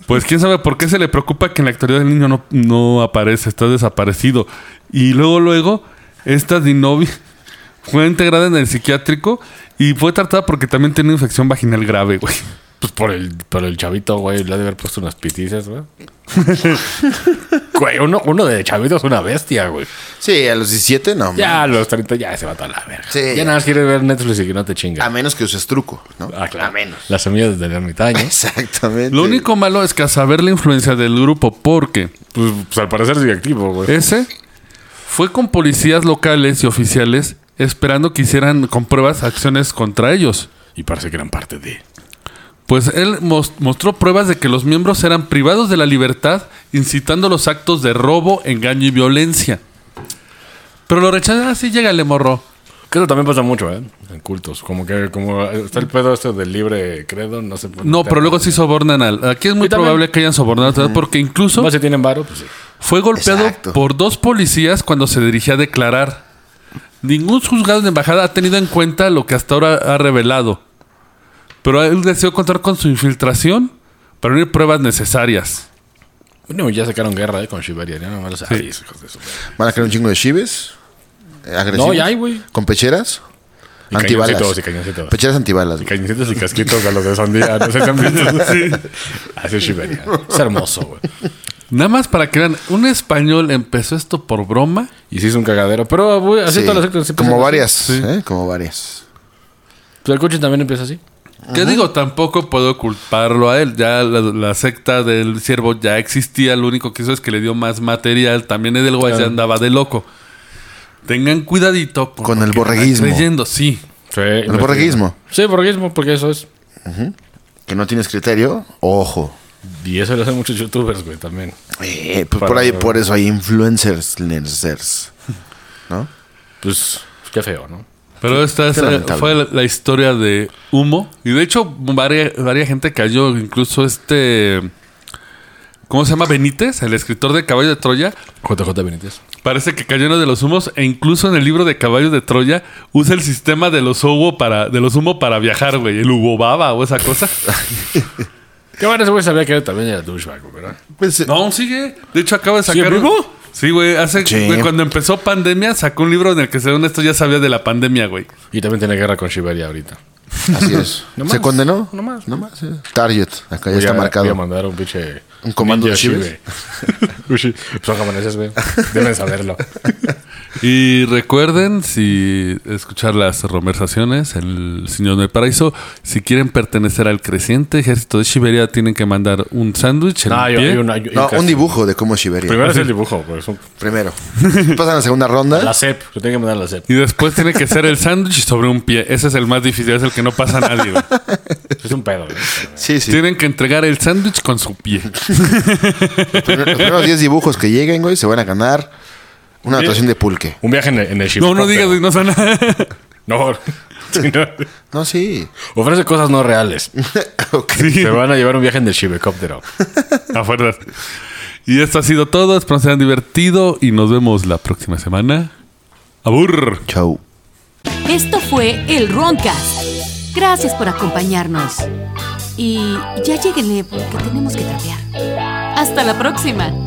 Speaker 2: Pues quién sabe por qué se le preocupa que en la actualidad el niño no, no aparece, está desaparecido. Y luego, luego, esta Dinovi <laughs> fue integrada en el psiquiátrico y fue tratada porque también tenía una infección vaginal grave, güey.
Speaker 4: <laughs> Pues por el, por el chavito, güey, le ha de haber puesto unas pitizas, <laughs> güey. güey, uno, uno de chavito es una bestia, güey.
Speaker 3: <laughs> Sí, a los 17, no.
Speaker 4: Ya a los 30 ya se va a la verga.
Speaker 3: Sí.
Speaker 4: Ya nada más quiere ver Netflix y que no
Speaker 3: man.
Speaker 4: te
Speaker 3: A
Speaker 4: chinga.
Speaker 3: menos que uses truco, ¿no?
Speaker 4: Ah,
Speaker 3: A menos.
Speaker 4: Las semillas del ermitaño.
Speaker 3: Exactamente.
Speaker 2: Lo único malo es que a saber la influencia del grupo, porque
Speaker 4: pues, pues al parecer sigue activo, güey.
Speaker 2: ese fue con policías locales y oficiales esperando que hicieran con pruebas acciones contra ellos.
Speaker 4: Y parece que eran parte de.
Speaker 2: Pues él mos- mostró pruebas de que los miembros eran privados de la libertad, incitando los actos de robo, engaño y violencia. Pero lo rechazan así, llega el morro.
Speaker 4: Que eso también pasa mucho, ¿eh? En cultos. Como que como está el pedo este del libre credo, no sé.
Speaker 2: No, pero luego sí sobornan al. Aquí es muy
Speaker 4: Y también-
Speaker 2: probable que hayan sobornado, ¿verdad? porque incluso
Speaker 4: Más si tienen varo, pues sí.
Speaker 2: fue golpeado
Speaker 3: Exacto.
Speaker 2: por dos policías cuando se dirigía a declarar. Ningún juzgado de embajada ha tenido en cuenta lo que hasta ahora ha revelado. Pero él deseó contar con su infiltración para unir pruebas necesarias.
Speaker 4: Bueno, ya sacaron guerra ¿eh? con Shiberia. Ya no me lo sé. Ay, hijos de su madre.
Speaker 3: Van a crear un chingo de chives. eh, Agresivos.
Speaker 4: No, ya hay, güey.
Speaker 3: Con pecheras.
Speaker 4: Y
Speaker 3: antibalas.
Speaker 4: cañoncitos, y cañoncitos.
Speaker 3: Pecheras antibalas. güey.
Speaker 4: Cañoncitos y casquitos a los de Sandía. No sé si
Speaker 3: <laughs>
Speaker 4: han visto. Así es Shiberia. Es hermoso, güey.
Speaker 2: Nada más para que vean, un español empezó esto por broma.
Speaker 4: Y sí es un cagadero. Pero, güey,
Speaker 3: Sí,
Speaker 4: así todas las sectas empiezan
Speaker 3: Como
Speaker 4: así.
Speaker 3: varias,
Speaker 2: Sí.
Speaker 3: ¿eh? Como varias.
Speaker 4: Pues el coche también empieza así.
Speaker 2: Que digo, tampoco puedo culparlo a él. Ya la, la secta del ciervo ya existía. Lo único que hizo es que le dio más material. También Edelweiss ya andaba de loco. Tengan cuidadito
Speaker 3: Con
Speaker 2: lo
Speaker 3: el
Speaker 2: que van
Speaker 3: borreguismo.
Speaker 2: Creyendo, sí.
Speaker 4: Sí.
Speaker 3: El borreguismo.
Speaker 4: Sí, borreguismo, porque eso es.
Speaker 3: Que no tienes criterio. Ojo.
Speaker 4: Y eso lo hacen muchos youtubers, güey, también.
Speaker 3: Eh, pues por
Speaker 4: Para-
Speaker 3: ahí, por eso hay influencers. nerds, ¿No?
Speaker 4: Pues, qué feo, ¿no?
Speaker 2: Pero esta es, eh,
Speaker 3: lamentable.
Speaker 2: fue la, la historia de Humo. Y de hecho, varia, varia gente cayó. Incluso este. ¿Cómo se llama? Benítez, el escritor de Caballo de Troya.
Speaker 4: JJ Benítez.
Speaker 2: Parece que cayó en uno de los humos e incluso en el libro de Caballos de Troya usa el sistema de los humo para de los humo para viajar, güey, el hubo baba o esa cosa.
Speaker 4: Qué bueno, ese güey sabía que él también era douchebag, güey, ¿verdad?
Speaker 3: Pues, eh,
Speaker 2: No, sigue. De hecho acaba de sacar
Speaker 4: ¿Sigue
Speaker 2: un-
Speaker 4: vivo?
Speaker 2: Sí, güey, hace
Speaker 3: Sí.
Speaker 2: güey, cuando empezó pandemia sacó un libro en el que según esto ya sabía de la pandemia, güey.
Speaker 4: Y también tiene guerra con Shiberia ahorita.
Speaker 3: así es.
Speaker 4: Nomás.
Speaker 3: ¿Se condenó?
Speaker 4: Nomás.
Speaker 3: Nomás. eh. Target. Acá ya
Speaker 4: Voy
Speaker 3: está
Speaker 4: a- Voy a
Speaker 3: marcado.
Speaker 4: mandar un pinche.
Speaker 3: Un comando
Speaker 4: ninja
Speaker 3: de Shibe.
Speaker 4: <laughs> Shibe. Ushi. Pues Son
Speaker 3: <laughs>
Speaker 4: japoneses, güey. Deben saberlo.
Speaker 2: Y recuerden si escuchar las conversaciones, el Señor del Paraíso, si quieren pertenecer al creciente ejército de Shiberia tienen que mandar un sándwich en
Speaker 4: No,
Speaker 2: el
Speaker 4: Ah, yo,
Speaker 2: pie.
Speaker 4: hay una, yo-
Speaker 3: No,
Speaker 4: casi-
Speaker 3: un dibujo de cómo es Shiberia.
Speaker 4: Primero es el dibujo, güey. es un-
Speaker 3: Primero.
Speaker 4: <laughs>
Speaker 3: Pasan a la segunda
Speaker 4: La
Speaker 3: ronda.
Speaker 4: CEP. Se tiene que mandar la E CEP.
Speaker 2: Y después tiene que ser el sándwich sobre un pie. Ese es el más difícil, es el que no pasa a nadie. güey.
Speaker 4: Es un pedo, güey.
Speaker 3: Sí, sí.
Speaker 2: Tienen que entregar el sándwich con su pie.
Speaker 3: Los primeros- los primeros 10 dibujos que lleguen, güey, se van a ganar una actuación de pulque.
Speaker 4: Un viaje en el, en el
Speaker 2: No, no
Speaker 4: Shibe-
Speaker 2: digas, güey, no sana.
Speaker 4: No. <laughs> Sí, no.
Speaker 3: No, sí.
Speaker 4: Ofrece cosas no reales.
Speaker 3: Ok.
Speaker 4: Se van a llevar un viaje en el Shibecóptero.
Speaker 2: A fuerzas. Y esto ha sido todo. Espero se hayan divertido y nos vemos la próxima semana. ¡Abur!
Speaker 3: Chau.
Speaker 1: Esto fue El Roncast. Gracias por eh, acompañarnos. Y ya lleguenle porque tenemos que trapear. Hasta la próxima.